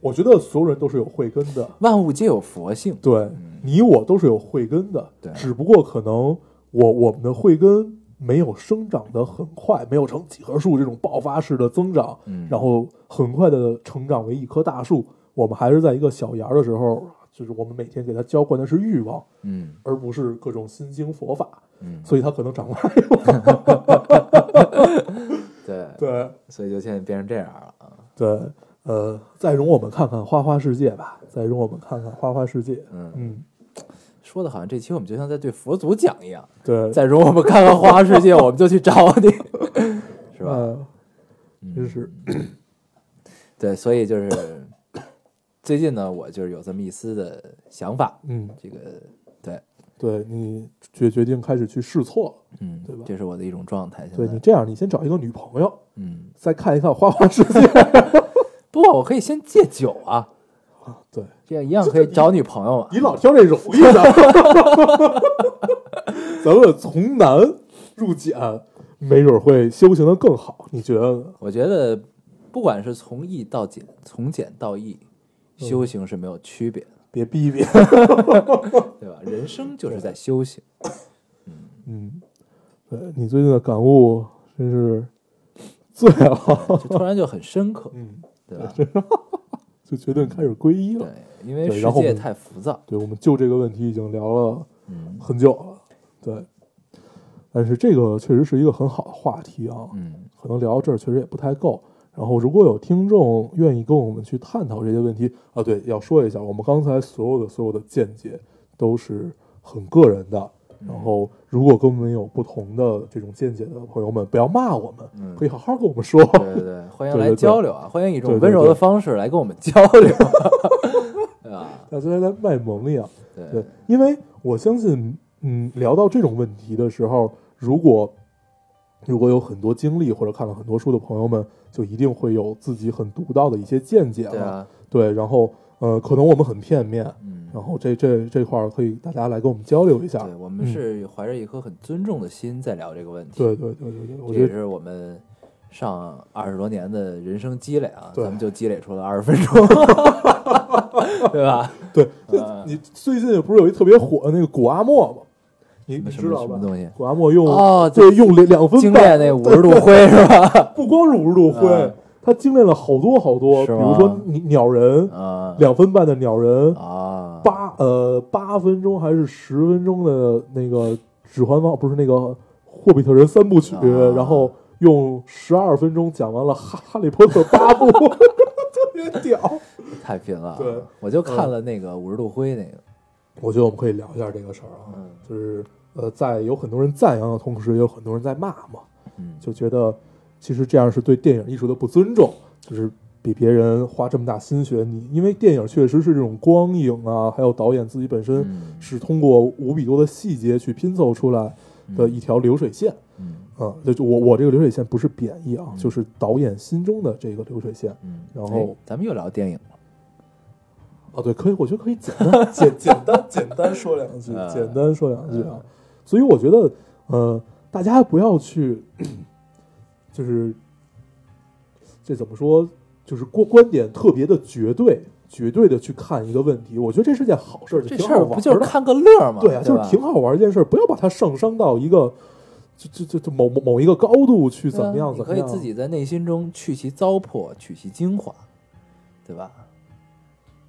[SPEAKER 1] 我觉得所有人都是有慧根的，
[SPEAKER 2] 万物皆有佛性。
[SPEAKER 1] 对你我都是有慧根的，
[SPEAKER 2] 嗯对
[SPEAKER 1] 只不过可能我我们的慧根没有生长得很快，没有成几何树这种爆发式的增长，
[SPEAKER 2] 嗯
[SPEAKER 1] 然后很快的成长为一棵大树。我们还是在一个小芽儿的时候，就是我们每天给它浇灌的是欲望，
[SPEAKER 2] 嗯
[SPEAKER 1] 而不是各种心经佛法，
[SPEAKER 2] 嗯，
[SPEAKER 1] 所以它可能长歪了。
[SPEAKER 2] 对，
[SPEAKER 1] 对
[SPEAKER 2] 所以就现在变成这样了啊。
[SPEAKER 1] 对，呃，再容我们看看花花世界吧，再容我们看看花花世界。
[SPEAKER 2] 嗯，
[SPEAKER 1] 嗯，
[SPEAKER 2] 说的好像这期我们就像在对佛祖讲一样。
[SPEAKER 1] 对，
[SPEAKER 2] 再容我们看看花花世界，我们就去找你， 是吧？嗯
[SPEAKER 1] 呃真是，
[SPEAKER 2] 对，所以就是最近呢，我就是有这么一丝的想法，
[SPEAKER 1] 嗯，
[SPEAKER 2] 这个对，
[SPEAKER 1] 对你决决定开始去试错了。
[SPEAKER 2] 嗯
[SPEAKER 1] 对吧，
[SPEAKER 2] 这是我的一种状态。现
[SPEAKER 1] 对你
[SPEAKER 2] 在，
[SPEAKER 1] 这样，你先找一个女朋友，
[SPEAKER 2] 嗯，
[SPEAKER 1] 再看一看花花世界。
[SPEAKER 2] 不过我可以先戒酒啊，
[SPEAKER 1] 对
[SPEAKER 2] 这样一样可以找女朋友嘛。啊
[SPEAKER 1] 你老挑这容易的， 咱们从难入简，没准会修行的更好。你觉得呢？
[SPEAKER 2] 我觉得不管是从易到简，从简到易，修行是没有区别的，
[SPEAKER 1] 别逼逼。
[SPEAKER 2] 对吧？人生就是在修行。
[SPEAKER 1] 嗯，对你最近的感悟真是醉了。
[SPEAKER 2] 就突然就很深刻，
[SPEAKER 1] 嗯，
[SPEAKER 2] 对吧？
[SPEAKER 1] 就决定开始皈依了
[SPEAKER 2] 对。，因为
[SPEAKER 1] 对
[SPEAKER 2] 世
[SPEAKER 1] 然后我
[SPEAKER 2] 界
[SPEAKER 1] 们
[SPEAKER 2] 太浮躁，
[SPEAKER 1] 对，我们就这个问题已经聊了
[SPEAKER 2] 嗯
[SPEAKER 1] 很久了。对，但是这个确实是一个很好的话题啊。
[SPEAKER 2] 嗯
[SPEAKER 1] 可能聊到这儿确实也不太够。然后，如果有听众愿意跟我们去探讨这些问题啊，对，要说一下，我们刚才所有的所有的见解都是很个人的。
[SPEAKER 2] 嗯
[SPEAKER 1] 然后，如果跟我们有不同的这种见解的朋友们，不要骂我们，
[SPEAKER 2] 嗯
[SPEAKER 1] 可以好好跟我们说。
[SPEAKER 2] 对 对对，欢迎
[SPEAKER 1] 对
[SPEAKER 2] 来
[SPEAKER 1] 对对
[SPEAKER 2] 交流啊！欢迎以一种
[SPEAKER 1] 对对
[SPEAKER 2] 温柔
[SPEAKER 1] 对
[SPEAKER 2] 的方式来跟我们交流， 对吧？
[SPEAKER 1] 大家在卖萌一样，对
[SPEAKER 2] 对，，
[SPEAKER 1] 因为我相信，嗯，聊到这种问题的时候，如果如果有很多经历或者看了很多书的朋友们，就一定会有自己很独到的一些见解
[SPEAKER 2] 对
[SPEAKER 1] 了
[SPEAKER 2] 啊，
[SPEAKER 1] 对，然后呃，可能我们很片面，
[SPEAKER 2] 嗯，
[SPEAKER 1] 然后这这这块儿可以大家来跟我们交流一下。
[SPEAKER 2] 对，我们是怀着一颗很尊重的心在聊这个问题，
[SPEAKER 1] 嗯对对对对对，我
[SPEAKER 2] 这
[SPEAKER 1] 觉
[SPEAKER 2] 也
[SPEAKER 1] 得
[SPEAKER 2] 是我们上二十多年的人生积累啊，
[SPEAKER 1] 对
[SPEAKER 2] 咱们就积累出了二十分钟， 对吧？
[SPEAKER 1] 对。
[SPEAKER 2] 呃
[SPEAKER 1] 你最近不是有一特别火的那个古阿莫吗？你你
[SPEAKER 2] 什
[SPEAKER 1] 知
[SPEAKER 2] 么
[SPEAKER 1] 道
[SPEAKER 2] 什么
[SPEAKER 1] 吧？
[SPEAKER 2] 东西
[SPEAKER 1] 古阿莫用
[SPEAKER 2] 哦
[SPEAKER 1] 对用两两分
[SPEAKER 2] 精
[SPEAKER 1] 半
[SPEAKER 2] 炼那五十度灰是吧？
[SPEAKER 1] 不光是五十度灰，
[SPEAKER 2] 啊
[SPEAKER 1] 他精炼了好多好多，比
[SPEAKER 2] 是
[SPEAKER 1] 如
[SPEAKER 2] 吗
[SPEAKER 1] 说你鸟人、
[SPEAKER 2] 啊
[SPEAKER 1] 两分半的鸟人，
[SPEAKER 2] 啊，
[SPEAKER 1] 八呃八分钟还是十分钟的那个《指环王》，不是那个《霍比特人》三部曲，
[SPEAKER 2] 啊
[SPEAKER 1] 然后用十二分钟讲完了《哈哈利波特》八部， 特别屌。
[SPEAKER 2] 太拼了啊！
[SPEAKER 1] 对
[SPEAKER 2] 我就看了那个五十度灰那个，
[SPEAKER 1] 我觉得我们可以聊一下这个事儿啊，
[SPEAKER 2] 嗯
[SPEAKER 1] 就是呃，在有很多人赞扬的同时，也有很多人在骂嘛，
[SPEAKER 2] 嗯，
[SPEAKER 1] 就觉得其实这样是对电影艺术的不尊重，就是。比别人花这么大心血，你因为电影确实是这种光影啊，还有导演自己本身
[SPEAKER 2] 嗯
[SPEAKER 1] 是通过无比多的细节去拼凑出来的一条流水线
[SPEAKER 2] 嗯
[SPEAKER 1] 啊、就就我我这个流水线不是贬义啊，
[SPEAKER 2] 嗯
[SPEAKER 1] 就是导演心中的这个流水线。
[SPEAKER 2] 嗯，
[SPEAKER 1] 然后
[SPEAKER 2] 哎咱们又聊电影
[SPEAKER 1] 啊，
[SPEAKER 2] 了，
[SPEAKER 1] 对，可以，我觉得可以简 单简简单简单说两句，
[SPEAKER 2] 嗯
[SPEAKER 1] 简单说两句啊。所以我觉得，呃，大家不要去，就是这怎么说，就是观观点特别的绝对，绝对的去看一个问题。我觉得这是件好事儿，就
[SPEAKER 2] 这
[SPEAKER 1] 挺
[SPEAKER 2] 事
[SPEAKER 1] 好
[SPEAKER 2] 儿
[SPEAKER 1] 玩
[SPEAKER 2] 不就是
[SPEAKER 1] 的
[SPEAKER 2] 看个乐儿吗？
[SPEAKER 1] 对啊，就是
[SPEAKER 2] 吧
[SPEAKER 1] 挺好玩儿一件事儿，不要把它上升到一个就就就就某某某一个高度去怎么
[SPEAKER 2] 对啊
[SPEAKER 1] 样
[SPEAKER 2] 你
[SPEAKER 1] 怎
[SPEAKER 2] 可
[SPEAKER 1] 么
[SPEAKER 2] 以
[SPEAKER 1] 样。
[SPEAKER 2] 自己在内心中去其糟粕，取其精华，对吧？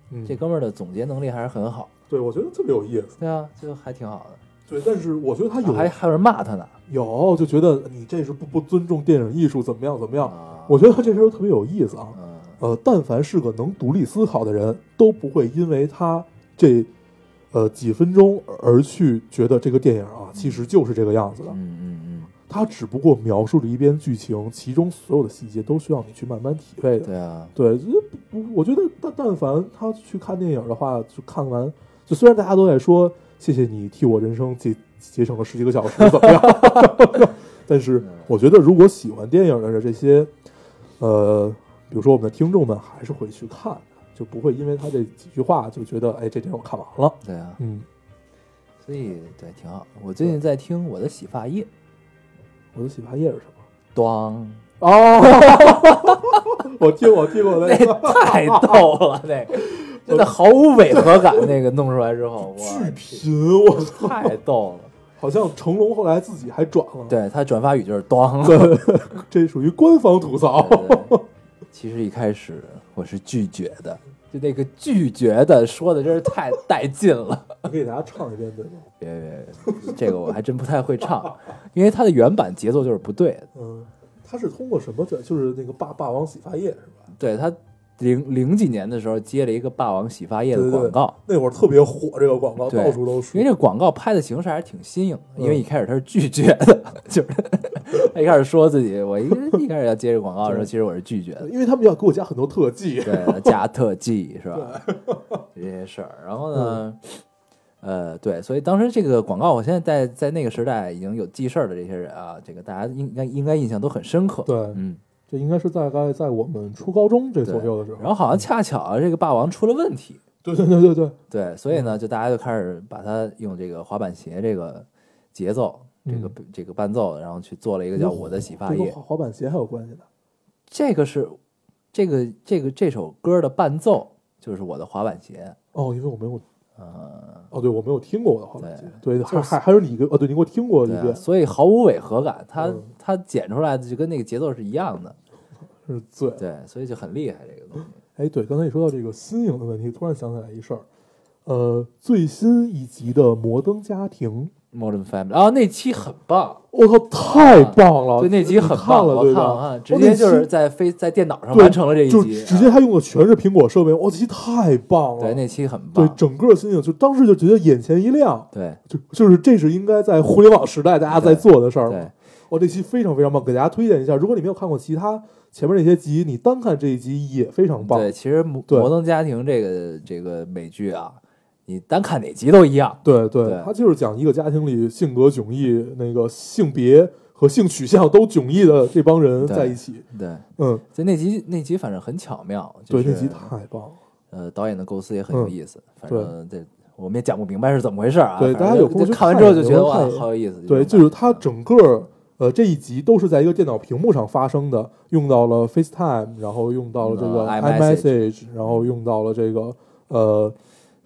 [SPEAKER 1] 嗯
[SPEAKER 2] 这哥们儿的总结能力还是很好，
[SPEAKER 1] 对我觉得特别有意思。
[SPEAKER 2] 对啊，就还挺好的。
[SPEAKER 1] 对，但是我觉得他有、
[SPEAKER 2] 啊还还有人骂他呢，
[SPEAKER 1] 有就觉得你这是不不尊重电影艺术，怎么样怎么样？
[SPEAKER 2] 啊
[SPEAKER 1] 我觉得这事儿特别有意思啊。
[SPEAKER 2] 嗯
[SPEAKER 1] 呃，但凡是个能独立思考的人，都不会因为他这呃几分钟而去觉得这个电影啊其实就是这个样子的。
[SPEAKER 2] 嗯嗯
[SPEAKER 1] 他只不过描述了一遍剧情，其中所有的细节都需要你去慢慢体会
[SPEAKER 2] 嗯，
[SPEAKER 1] 的。
[SPEAKER 2] 对啊，
[SPEAKER 1] 对，这不，我觉得但但凡他去看电影的话，就看完就虽然大家都在说谢谢你替我人生节节省了十几个小时，怎么样？ 但是我觉得，如果喜欢电影的这些，呃，比如说我们的听众们，还是会去看的，就不会因为他这几句话就觉得，哎，这电影我看完了。
[SPEAKER 2] 对啊，
[SPEAKER 1] 嗯，
[SPEAKER 2] 所以对挺好。我最近在听我的洗发液，
[SPEAKER 1] 我的洗发液是什么？
[SPEAKER 2] 咣，
[SPEAKER 1] 哦，我听我听过
[SPEAKER 2] 那
[SPEAKER 1] 那个，
[SPEAKER 2] 太逗了，那个真的毫无违和感，那个弄出来之后，
[SPEAKER 1] 巨
[SPEAKER 2] 哇，
[SPEAKER 1] 贫，我操！
[SPEAKER 2] 太逗了。
[SPEAKER 1] 好像成龙后来自己还转了，
[SPEAKER 2] 对他转发语就是咣，
[SPEAKER 1] 这属于官方吐槽。
[SPEAKER 2] 对对 其实一开始我是拒绝的，就那个拒绝的说的真是太带劲了。
[SPEAKER 1] 我给大家唱一遍，对吧？
[SPEAKER 2] 别别别，这个我还真不太会唱，因为它的原版节奏就是不对的。
[SPEAKER 1] 嗯，他是通过什么转？就是那个霸霸王洗发液是吧？
[SPEAKER 2] 对他零零几年的时候接了一个霸王洗发液的
[SPEAKER 1] 对对
[SPEAKER 2] 广
[SPEAKER 1] 对
[SPEAKER 2] 告，
[SPEAKER 1] 那会儿特别火，这个广告
[SPEAKER 2] 对
[SPEAKER 1] 到处都是
[SPEAKER 2] 因为。这个广告拍的形式还是挺新颖的，
[SPEAKER 1] 嗯
[SPEAKER 2] 因为一开始他是拒绝的，就是 他一开始说自己，我一一开始要接这广告的时候，
[SPEAKER 1] 对
[SPEAKER 2] 其实我是拒绝的，
[SPEAKER 1] 因为他们要给我加很多特技，
[SPEAKER 2] 对，加特技是吧？ 这些事儿，然后呢，呃，对，所以当时这个广告，我现在在在那个时代已经有记事儿的这些人啊，这个大家应该应该印象都很深刻，
[SPEAKER 1] 对，
[SPEAKER 2] 嗯，
[SPEAKER 1] 这应该是大概在我们初高中这
[SPEAKER 2] 对
[SPEAKER 1] 左右的时候。
[SPEAKER 2] 然后好像恰巧啊这个霸王出了问题，
[SPEAKER 1] 对对对对对，
[SPEAKER 2] 对，所以呢，就大家就开始把它用这个滑板鞋这个节奏，这个这个伴奏，然后去做了一个叫《我的洗发
[SPEAKER 1] 这
[SPEAKER 2] 液
[SPEAKER 1] 跟》，滑板鞋还有关系呢。
[SPEAKER 2] 这个是这个这个这首歌的伴奏就是我的滑板鞋，啊
[SPEAKER 1] 哦，因为我没有，
[SPEAKER 2] 呃，
[SPEAKER 1] 哦，对我没有听过我的滑板鞋，对，
[SPEAKER 2] 就
[SPEAKER 1] 还
[SPEAKER 2] 是
[SPEAKER 1] 还还有你给，哦，对你给我听过一
[SPEAKER 2] 对啊、
[SPEAKER 1] 遍，
[SPEAKER 2] 所以毫无违和感，它
[SPEAKER 1] 嗯
[SPEAKER 2] 它剪出来的就跟那个节奏是一样的，
[SPEAKER 1] 是醉。
[SPEAKER 2] 对，所以就很厉害这个东西，
[SPEAKER 1] 哎，对，刚才你说到这个新颖的问题，突然想起来一事儿，呃，最新一集的《摩登家庭》，
[SPEAKER 2] 《Modern Family》，啊，那期很棒。
[SPEAKER 1] 我靠，太棒了！
[SPEAKER 2] 啊对，那集很
[SPEAKER 1] 哦你看
[SPEAKER 2] 棒，
[SPEAKER 1] 了
[SPEAKER 2] 我
[SPEAKER 1] 对
[SPEAKER 2] 看
[SPEAKER 1] 吧？
[SPEAKER 2] 了看，
[SPEAKER 1] 哦
[SPEAKER 2] 直接就
[SPEAKER 1] 那
[SPEAKER 2] 是
[SPEAKER 1] 期
[SPEAKER 2] 在飞在电脑上
[SPEAKER 1] 对
[SPEAKER 2] 完成了这一
[SPEAKER 1] 就
[SPEAKER 2] 集，啊
[SPEAKER 1] 直接他用的全是苹果设备，我这集太棒了！
[SPEAKER 2] 对，那期很
[SPEAKER 1] 对
[SPEAKER 2] 棒，
[SPEAKER 1] 整个新颖，就当时就觉得眼前一亮，
[SPEAKER 2] 对
[SPEAKER 1] 就就是这是应该在互联网时代大家在做的事儿。
[SPEAKER 2] 对，
[SPEAKER 1] 我、这期非常非常棒，给大家推荐一下。如果你没有看过其他前面那些集，你单看这一集也非常棒。
[SPEAKER 2] 对，其实摩《
[SPEAKER 1] 对
[SPEAKER 2] 摩登家庭》这个这个美剧啊，你单看哪集都一样，
[SPEAKER 1] 对对
[SPEAKER 2] 对
[SPEAKER 1] 他就是讲一个家庭里性格迥异、那个性别和性取向都迥异的这帮人
[SPEAKER 2] 对
[SPEAKER 1] 在一起。
[SPEAKER 2] 对，
[SPEAKER 1] 嗯，
[SPEAKER 2] 所以那集那集反正很巧妙，就
[SPEAKER 1] 对，
[SPEAKER 2] 是、
[SPEAKER 1] 那集太棒了。
[SPEAKER 2] 呃导演的构思也很有意思，反
[SPEAKER 1] 嗯对
[SPEAKER 2] 正这我们也讲不明白是怎么回事啊，
[SPEAKER 1] 对
[SPEAKER 2] 反正
[SPEAKER 1] 大家有空
[SPEAKER 2] 就
[SPEAKER 1] 去
[SPEAKER 2] 就看完
[SPEAKER 1] 看
[SPEAKER 2] 之
[SPEAKER 1] 一
[SPEAKER 2] 后就
[SPEAKER 1] 下
[SPEAKER 2] 觉得
[SPEAKER 1] 有空
[SPEAKER 2] 哇
[SPEAKER 1] 看一下
[SPEAKER 2] 好有意思，
[SPEAKER 1] 对，就
[SPEAKER 2] 这种
[SPEAKER 1] 是
[SPEAKER 2] 感
[SPEAKER 1] 它
[SPEAKER 2] 觉
[SPEAKER 1] 整个呃这一集都是在一个电脑屏幕上发生的，用到了 FaceTime，然后用到了这个
[SPEAKER 2] 嗯，iMessage
[SPEAKER 1] iMessage，然后用到了这个呃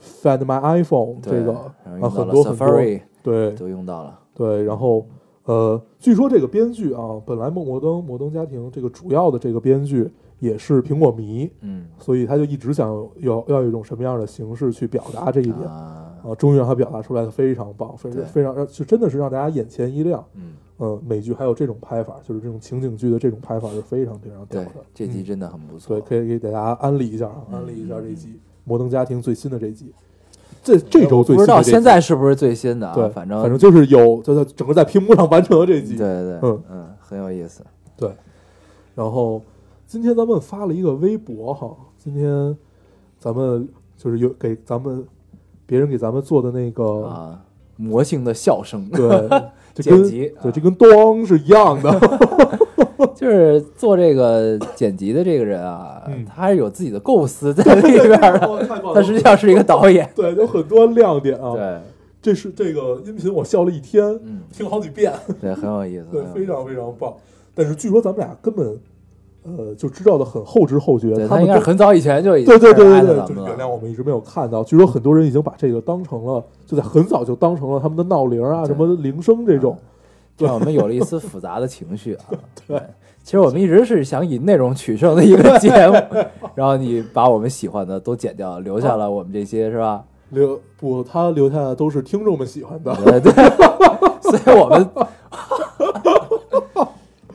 [SPEAKER 1] Find My iPhone
[SPEAKER 2] 对
[SPEAKER 1] 这个
[SPEAKER 2] 然
[SPEAKER 1] 啊
[SPEAKER 2] 后
[SPEAKER 1] 很多
[SPEAKER 2] 用到
[SPEAKER 1] 很多，
[SPEAKER 2] 了 Safari
[SPEAKER 1] 对
[SPEAKER 2] 都用到了，
[SPEAKER 1] 对，然后呃，据说这个编剧啊，本来《摩登摩登家庭》这个主要的这个编剧也是苹果迷，
[SPEAKER 2] 嗯
[SPEAKER 1] 所以他就一直想要要有一种什么样的形式去表达这一点。
[SPEAKER 2] 啊
[SPEAKER 1] 啊，终于让他表达出来的非常棒，非
[SPEAKER 2] 对
[SPEAKER 1] 非常让就真的是让大家眼前一亮。
[SPEAKER 2] 嗯，
[SPEAKER 1] 嗯，美剧还有这种拍法，就是这种情景剧的这种拍法是非常非常屌
[SPEAKER 2] 对
[SPEAKER 1] 的。，
[SPEAKER 2] 这
[SPEAKER 1] 嗯
[SPEAKER 2] 集真的很不
[SPEAKER 1] 所
[SPEAKER 2] 错
[SPEAKER 1] 以，可以给大家安利一下啊，
[SPEAKER 2] 嗯
[SPEAKER 1] 安利一下这集《摩登家庭》最新的这集，这这周最
[SPEAKER 2] 呃不
[SPEAKER 1] 新的这集
[SPEAKER 2] 知道现在是不是最新的啊
[SPEAKER 1] 对，，
[SPEAKER 2] 反
[SPEAKER 1] 正
[SPEAKER 2] 正
[SPEAKER 1] 反就是有就在整个在屏幕上完成的这集
[SPEAKER 2] 对。对
[SPEAKER 1] 嗯
[SPEAKER 2] 嗯很有意思，
[SPEAKER 1] 对，然后今天咱们发了一个微博哈，今天咱们就是有给咱们别人给咱们做的那个
[SPEAKER 2] 啊，魔性的笑声，
[SPEAKER 1] 对，这
[SPEAKER 2] 剪
[SPEAKER 1] 跟
[SPEAKER 2] 辑
[SPEAKER 1] 对
[SPEAKER 2] 啊
[SPEAKER 1] 这跟咚是一样 的。
[SPEAKER 2] 就是做这个剪辑的这个人啊，
[SPEAKER 1] 嗯
[SPEAKER 2] 他还是有自己的构思在里边 儿的，
[SPEAKER 1] 哇太棒了
[SPEAKER 2] 他实际上是一个导演。
[SPEAKER 1] 对，有很多亮点啊。
[SPEAKER 2] 对，
[SPEAKER 1] 这是这个音频，我笑了一天，
[SPEAKER 2] 嗯，
[SPEAKER 1] 听好几遍，
[SPEAKER 2] 对，很有意思，
[SPEAKER 1] 对，
[SPEAKER 2] 很有
[SPEAKER 1] 非
[SPEAKER 2] 意思
[SPEAKER 1] 常非常棒。但是据说咱们俩根本，呃，就知道的很后知后觉，
[SPEAKER 2] 对
[SPEAKER 1] 他
[SPEAKER 2] 他
[SPEAKER 1] 们
[SPEAKER 2] 应该是
[SPEAKER 1] 都
[SPEAKER 2] 很早以前就已经
[SPEAKER 1] 对对对
[SPEAKER 2] 开
[SPEAKER 1] 对
[SPEAKER 2] 始
[SPEAKER 1] 对，
[SPEAKER 2] 艾特
[SPEAKER 1] 就是原
[SPEAKER 2] 咱们
[SPEAKER 1] 谅
[SPEAKER 2] 了。
[SPEAKER 1] 我们一直没有看到。据说很多人已经把这个当成了，就在很早就当成了他们的闹铃啊，
[SPEAKER 2] 对
[SPEAKER 1] 什么铃声这种。
[SPEAKER 2] 让我们有了一丝复杂的情绪 啊。对，其实我们一直是想以内容取胜的一个节 目，然后你把我们喜欢的都剪掉，留下了我们这些是吧？
[SPEAKER 1] 留不，他留下的都是听众们喜欢的。
[SPEAKER 2] 对 对，所以我们，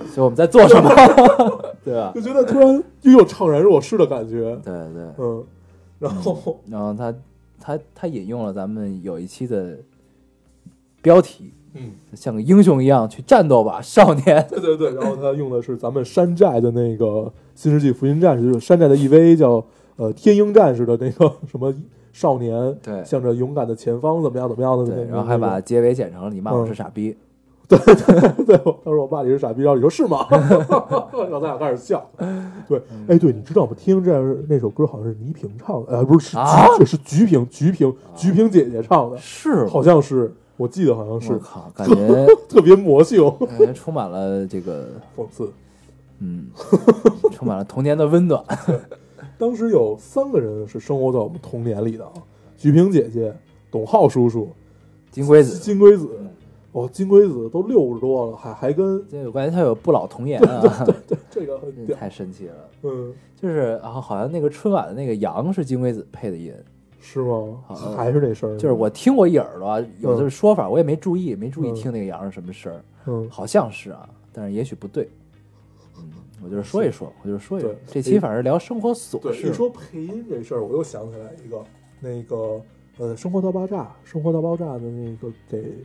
[SPEAKER 2] 所以我们在做什么？ 对吧？
[SPEAKER 1] 就觉得突然又有怅然若失的感觉。
[SPEAKER 2] 对对，
[SPEAKER 1] 嗯， 然后
[SPEAKER 2] 然后他他他引用了咱们有一期的标题，
[SPEAKER 1] 嗯，
[SPEAKER 2] 像个英雄一样去战斗吧，少年。
[SPEAKER 1] 对对对，然后他用的是咱们山寨的那 E 个《新世纪福音战士》，就是山寨的 EVA 叫呃《天鹰战士》的那个什么少年，
[SPEAKER 2] 对
[SPEAKER 1] 向着勇敢的前方，怎么样怎么样的，怎么
[SPEAKER 2] 对，
[SPEAKER 1] 样
[SPEAKER 2] 然后还把结尾剪成了你骂我
[SPEAKER 1] 嗯
[SPEAKER 2] 是傻逼，
[SPEAKER 1] 对，我他说我骂你是傻逼，然后你说是吗？ 然后咱俩开始笑。对，
[SPEAKER 2] 嗯
[SPEAKER 1] 哎，对，你知道吗？听这那首歌好像是倪萍唱的，呃，不是，是
[SPEAKER 2] 啊
[SPEAKER 1] 菊是菊萍，菊萍，菊萍姐姐唱的，
[SPEAKER 2] 是 吗
[SPEAKER 1] 好像是，我记得好像
[SPEAKER 2] 我
[SPEAKER 1] 是，
[SPEAKER 2] 靠，感 觉
[SPEAKER 1] 特别魔性，
[SPEAKER 2] 感觉充满了这个，
[SPEAKER 1] 讽刺。
[SPEAKER 2] 嗯，充满了童年的温暖。
[SPEAKER 1] 当时有三个人是生活在我们童年里的啊，菊萍姐姐、董浩叔叔、
[SPEAKER 2] 金龟子，
[SPEAKER 1] 金龟子。哦，金龟子都六十多了，还还跟
[SPEAKER 2] 这我感觉他有不老童颜啊，
[SPEAKER 1] 对这个很
[SPEAKER 2] 这
[SPEAKER 1] 屌，
[SPEAKER 2] 太神奇了。
[SPEAKER 1] 嗯，
[SPEAKER 2] 就是然后好像那个春晚的那个羊是金龟子配的音，
[SPEAKER 1] 是吗
[SPEAKER 2] 好？像
[SPEAKER 1] 还是那声儿？
[SPEAKER 2] 就是，我听过一耳朵，啊有的说法我也没注意，没注意
[SPEAKER 1] 嗯
[SPEAKER 2] 听那个羊是什么声儿，
[SPEAKER 1] 嗯，
[SPEAKER 2] 好像是啊，但是也许不对。嗯，我就是说一说，我就是说一说
[SPEAKER 1] 对。哎
[SPEAKER 2] 这期反正聊生活琐
[SPEAKER 1] 对，
[SPEAKER 2] 事，
[SPEAKER 1] 一说配音这事儿，我又想起来一个，那个呃，《生活大爆炸》《生活大爆炸》的那个给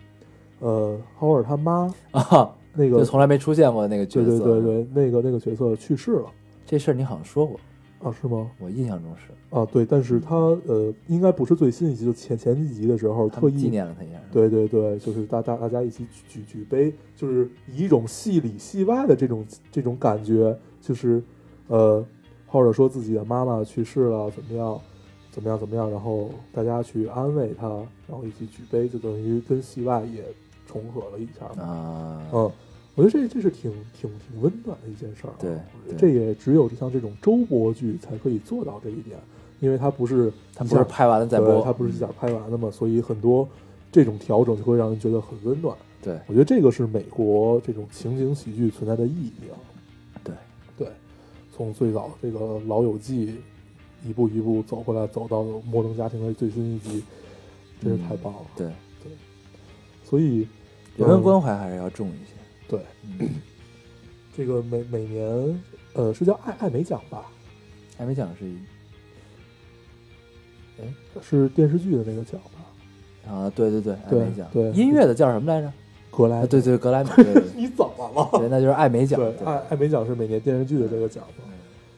[SPEAKER 1] 呃浩尔他妈
[SPEAKER 2] 啊，
[SPEAKER 1] 那
[SPEAKER 2] 就
[SPEAKER 1] 个，
[SPEAKER 2] 从来没出现过那个角
[SPEAKER 1] 对
[SPEAKER 2] 色。
[SPEAKER 1] 对对，对，那个那个角色去世了
[SPEAKER 2] 这事儿你好像说过，
[SPEAKER 1] 啊，是吗？
[SPEAKER 2] 我印象中是
[SPEAKER 1] 啊，对，但是他呃，应该不是最新一集，就前前几集的时候
[SPEAKER 2] 他
[SPEAKER 1] 特
[SPEAKER 2] 们纪
[SPEAKER 1] 意。
[SPEAKER 2] 念了他一下。
[SPEAKER 1] 对对对，就是大大大家一起举举举杯，就是以一种戏里戏外的这种这种感觉，就是呃，或者说自己的妈妈去世了，怎么样，怎么样怎么样，然后大家去安慰她，然后一起举杯，就等于跟戏外也重合了一下嘛。
[SPEAKER 2] 啊，
[SPEAKER 1] 嗯，我觉得这这是挺挺挺温暖的一件事儿啊、
[SPEAKER 2] 对对
[SPEAKER 1] 这也只有像这种周播剧才可以做到这一点，因为它不是
[SPEAKER 2] 他
[SPEAKER 1] 一
[SPEAKER 2] 不是
[SPEAKER 1] 下
[SPEAKER 2] 拍完了再
[SPEAKER 1] 对
[SPEAKER 2] 播，
[SPEAKER 1] 它不是一下拍完的嘛，所以很多这种调整就会让人觉得很温暖。
[SPEAKER 2] 对
[SPEAKER 1] 我觉得这个是美国这种情景喜剧存在的意义啊。
[SPEAKER 2] 对
[SPEAKER 1] 对，从最早的这个《老友记》，一步一步走回来，走到《摩登家庭》的最新一集，真是太棒了。
[SPEAKER 2] 嗯对，
[SPEAKER 1] 所以
[SPEAKER 2] 人文
[SPEAKER 1] 嗯
[SPEAKER 2] 关怀还是要重一些。
[SPEAKER 1] 对
[SPEAKER 2] 嗯，
[SPEAKER 1] 这个每每年，呃，是叫艾艾美奖吧，
[SPEAKER 2] 还没讲是一
[SPEAKER 1] 是电视剧的那个奖吧，
[SPEAKER 2] 啊，对对对，艾
[SPEAKER 1] 对
[SPEAKER 2] 美奖，
[SPEAKER 1] 对
[SPEAKER 2] 音乐的叫什么来着？
[SPEAKER 1] 格莱
[SPEAKER 2] 啊，
[SPEAKER 1] 美
[SPEAKER 2] 对，对，格莱美，对 对
[SPEAKER 1] 你怎么了？
[SPEAKER 2] 对，那就是艾美奖，
[SPEAKER 1] 对，艾艾美奖是每年电视剧的这个奖嘛
[SPEAKER 2] 嗯。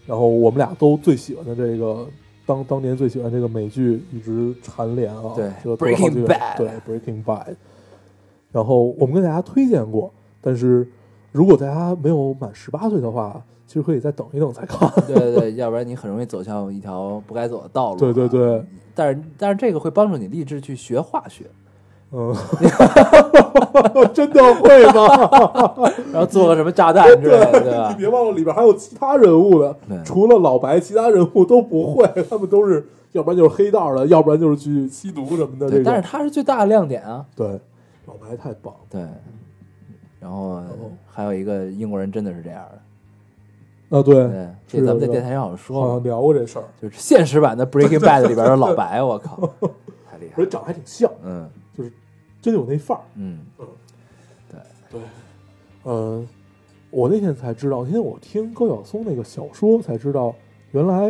[SPEAKER 1] 然后我们俩都最喜欢的这个，当当年最喜欢这个美剧一直蝉联啊，
[SPEAKER 2] 对
[SPEAKER 1] 这个得了好几个
[SPEAKER 2] Breaking Bad
[SPEAKER 1] 对 Breaking Bad。然后我们跟大家推荐过，但是如果大家没有满十八岁的话，其实可以再等一等再看。
[SPEAKER 2] 对对对，要不然你很容易走向一条不该走的道路。 啊
[SPEAKER 1] 对对，对，
[SPEAKER 2] 但是但是这个会帮助你立志去学化学，
[SPEAKER 1] 嗯， 真的会吗？
[SPEAKER 2] 然后做个什么炸弹之类的，对啊
[SPEAKER 1] 你
[SPEAKER 2] 吧？
[SPEAKER 1] 别忘了里边还有其他人物的
[SPEAKER 2] 对，
[SPEAKER 1] 除了老白，其他人物都不会，他们都是要不然就是黑道的，要不然就是去吸毒什么的这种。
[SPEAKER 2] 对，但是它是最大的亮点啊。
[SPEAKER 1] 对，老白太棒了。
[SPEAKER 2] 对，然后
[SPEAKER 1] 后
[SPEAKER 2] 还有一个英国人真的是这样的，
[SPEAKER 1] 啊，对，
[SPEAKER 2] 对，
[SPEAKER 1] 是
[SPEAKER 2] 这咱们在
[SPEAKER 1] 有
[SPEAKER 2] 电台上好像说
[SPEAKER 1] 好
[SPEAKER 2] 过
[SPEAKER 1] 像聊过这事儿，
[SPEAKER 2] 就是现实版的 Breaking Bad 里边的老白，我靠， 太厉害
[SPEAKER 1] 而且。
[SPEAKER 2] 了
[SPEAKER 1] 长得还挺像，
[SPEAKER 2] 嗯
[SPEAKER 1] 就是真有那范儿。
[SPEAKER 2] 嗯，
[SPEAKER 1] 对，嗯，我那天才知道，那天我听高晓松那个小说才知道，原来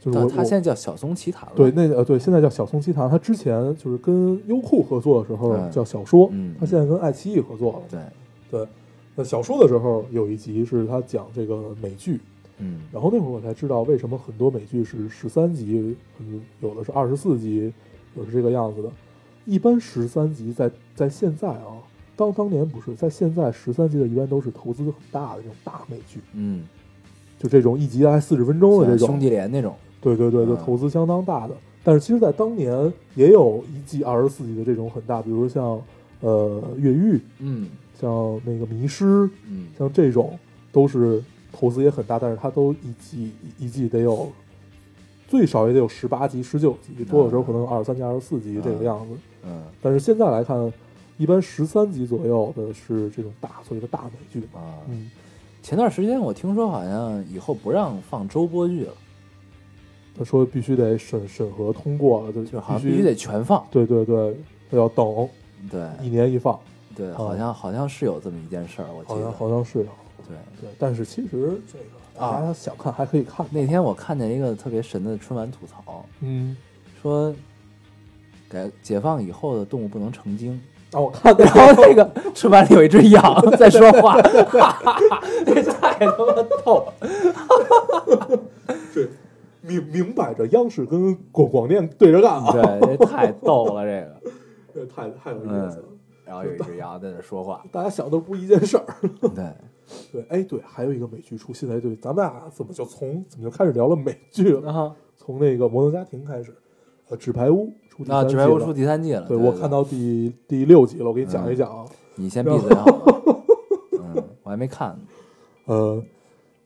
[SPEAKER 1] 就是
[SPEAKER 2] 但
[SPEAKER 1] 我
[SPEAKER 2] 他
[SPEAKER 1] 我
[SPEAKER 2] 现在叫小松奇谈了。
[SPEAKER 1] 对，那个呃对，现在叫小松奇谈。他之前就是跟优酷合作的时候
[SPEAKER 2] 嗯
[SPEAKER 1] 叫小说，
[SPEAKER 2] 嗯
[SPEAKER 1] 他现在跟爱奇艺合作了。
[SPEAKER 2] 对，
[SPEAKER 1] 对，那小说的时候有一集是他讲这个美剧，
[SPEAKER 2] 嗯
[SPEAKER 1] 然后那会儿我才知道为什么很多美剧是十三集，嗯，有的是二十四集，有的是这个样子的。一般十三集在在现在啊，当当年不是，在现在十三集的一般都是投资很大的这种大美剧，
[SPEAKER 2] 嗯，
[SPEAKER 1] 就这种一集大概四十分钟的这
[SPEAKER 2] 像
[SPEAKER 1] 种
[SPEAKER 2] 啊兄弟连那种，
[SPEAKER 1] 对对对，就
[SPEAKER 2] 嗯
[SPEAKER 1] 投资相当大的。但是其实，在当年也有一季二十四集的这种很大，比如像呃越狱，
[SPEAKER 2] 嗯
[SPEAKER 1] 像那个迷失，
[SPEAKER 2] 嗯，
[SPEAKER 1] 像这种都是投资也很大，但是它都一季一季得有最少也得有十八集、十九集，多的时候可能二十三集、二十四集这个样子。
[SPEAKER 2] 嗯
[SPEAKER 1] 但是现在来看，一般十三集左右的是这种大所谓的大美剧嘛。
[SPEAKER 2] 啊。
[SPEAKER 1] 嗯，
[SPEAKER 2] 前段时间我听说好像以后不让放周播剧了，
[SPEAKER 1] 他说必须得审审核通过了，就
[SPEAKER 2] 就是好像
[SPEAKER 1] 必
[SPEAKER 2] 必须得全放。
[SPEAKER 1] 对对对，要等。
[SPEAKER 2] 对
[SPEAKER 1] 一年一放，
[SPEAKER 2] 对，好像好像是有这么一件事儿，我记
[SPEAKER 1] 哦好像
[SPEAKER 2] 得。
[SPEAKER 1] 好像是有，
[SPEAKER 2] 对，
[SPEAKER 1] 对，但是其实这个大
[SPEAKER 2] 啊
[SPEAKER 1] 家想看还可以看，
[SPEAKER 2] 那天我看见一个特别神的春晚吐槽，
[SPEAKER 1] 嗯，
[SPEAKER 2] 说改解放以后的动物不能成精。
[SPEAKER 1] 让啊我看
[SPEAKER 2] 然后那个春晚里有一只羊 在说话，哈哈哈，这太他妈逗了。
[SPEAKER 1] 是明明摆着央视跟广广电对着干啊，
[SPEAKER 2] 对，这太逗了这个。
[SPEAKER 1] 这太太有意思了。
[SPEAKER 2] 然后有一只羊在那说话，
[SPEAKER 1] 大家想的不一件事儿。
[SPEAKER 2] 对，
[SPEAKER 1] 对，哎，对，还有一个美剧出现在对，咱们俩怎么就从怎么就开始聊了美剧了？
[SPEAKER 2] 啊，
[SPEAKER 1] 从那个《摩登家庭》开始，呃，《纸牌屋》出第
[SPEAKER 2] 那
[SPEAKER 1] 三
[SPEAKER 2] 《
[SPEAKER 1] 季
[SPEAKER 2] 啊纸牌屋》
[SPEAKER 1] 了
[SPEAKER 2] 出第三季了，
[SPEAKER 1] 对
[SPEAKER 2] 对
[SPEAKER 1] 我看，到第第六集了，我给你讲一讲啊。
[SPEAKER 2] 你先闭嘴好了。嗯，我还没 看呢。嗯
[SPEAKER 1] 呃，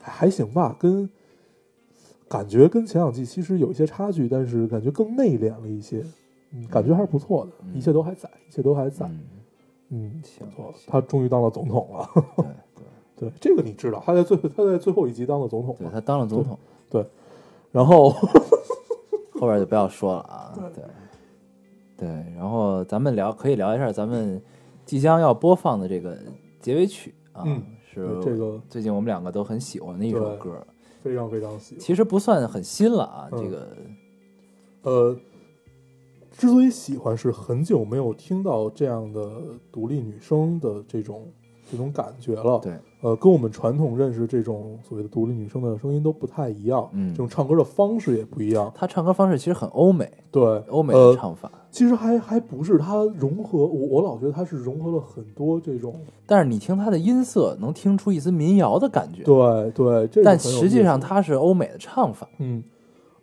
[SPEAKER 1] 还还行吧，跟感觉跟前两季其实有一些差距，但是感觉更内敛了一些，嗯，感觉还是不错的，
[SPEAKER 2] 嗯
[SPEAKER 1] 一切都还在，一切都还在，
[SPEAKER 2] 嗯，
[SPEAKER 1] 嗯，
[SPEAKER 2] 行
[SPEAKER 1] 不错
[SPEAKER 2] 行。
[SPEAKER 1] 他终于当了总统了，
[SPEAKER 2] 对
[SPEAKER 1] 对，这个你知道，他在最他在最后一集当了总统
[SPEAKER 2] 对，
[SPEAKER 1] 嘛，
[SPEAKER 2] 他当了总统，
[SPEAKER 1] 然后
[SPEAKER 2] 后边就不要说了啊。对，对，然后咱们聊，可以聊一下咱们即将要播放的这个结尾曲啊
[SPEAKER 1] 嗯，
[SPEAKER 2] 是
[SPEAKER 1] 对 这个
[SPEAKER 2] 最近我们两个都很喜欢的一首
[SPEAKER 1] 对
[SPEAKER 2] 歌，
[SPEAKER 1] 非常非常喜欢，
[SPEAKER 2] 其实不算很新了啊，
[SPEAKER 1] 嗯
[SPEAKER 2] 这个
[SPEAKER 1] 呃。之所以喜欢，是很久没有听到这样的独立女生的这种这种感觉了。
[SPEAKER 2] 对，
[SPEAKER 1] 呃，跟我们传统认识这种所谓的独立女生的声音都不太一样，
[SPEAKER 2] 嗯
[SPEAKER 1] 这种唱歌的方式也不一样。
[SPEAKER 2] 他唱歌方式其实很欧美，
[SPEAKER 1] 对，
[SPEAKER 2] 欧美的
[SPEAKER 1] 呃
[SPEAKER 2] 唱法。
[SPEAKER 1] 其实还还不是它融合，我我老觉得它是融合了很多这种，
[SPEAKER 2] 但是你听他的音色，能听出一丝民谣的感觉。
[SPEAKER 1] 对对，这个
[SPEAKER 2] 但
[SPEAKER 1] 很有
[SPEAKER 2] 实
[SPEAKER 1] 意
[SPEAKER 2] 际
[SPEAKER 1] 思
[SPEAKER 2] 上，它是欧美的唱法。
[SPEAKER 1] 嗯，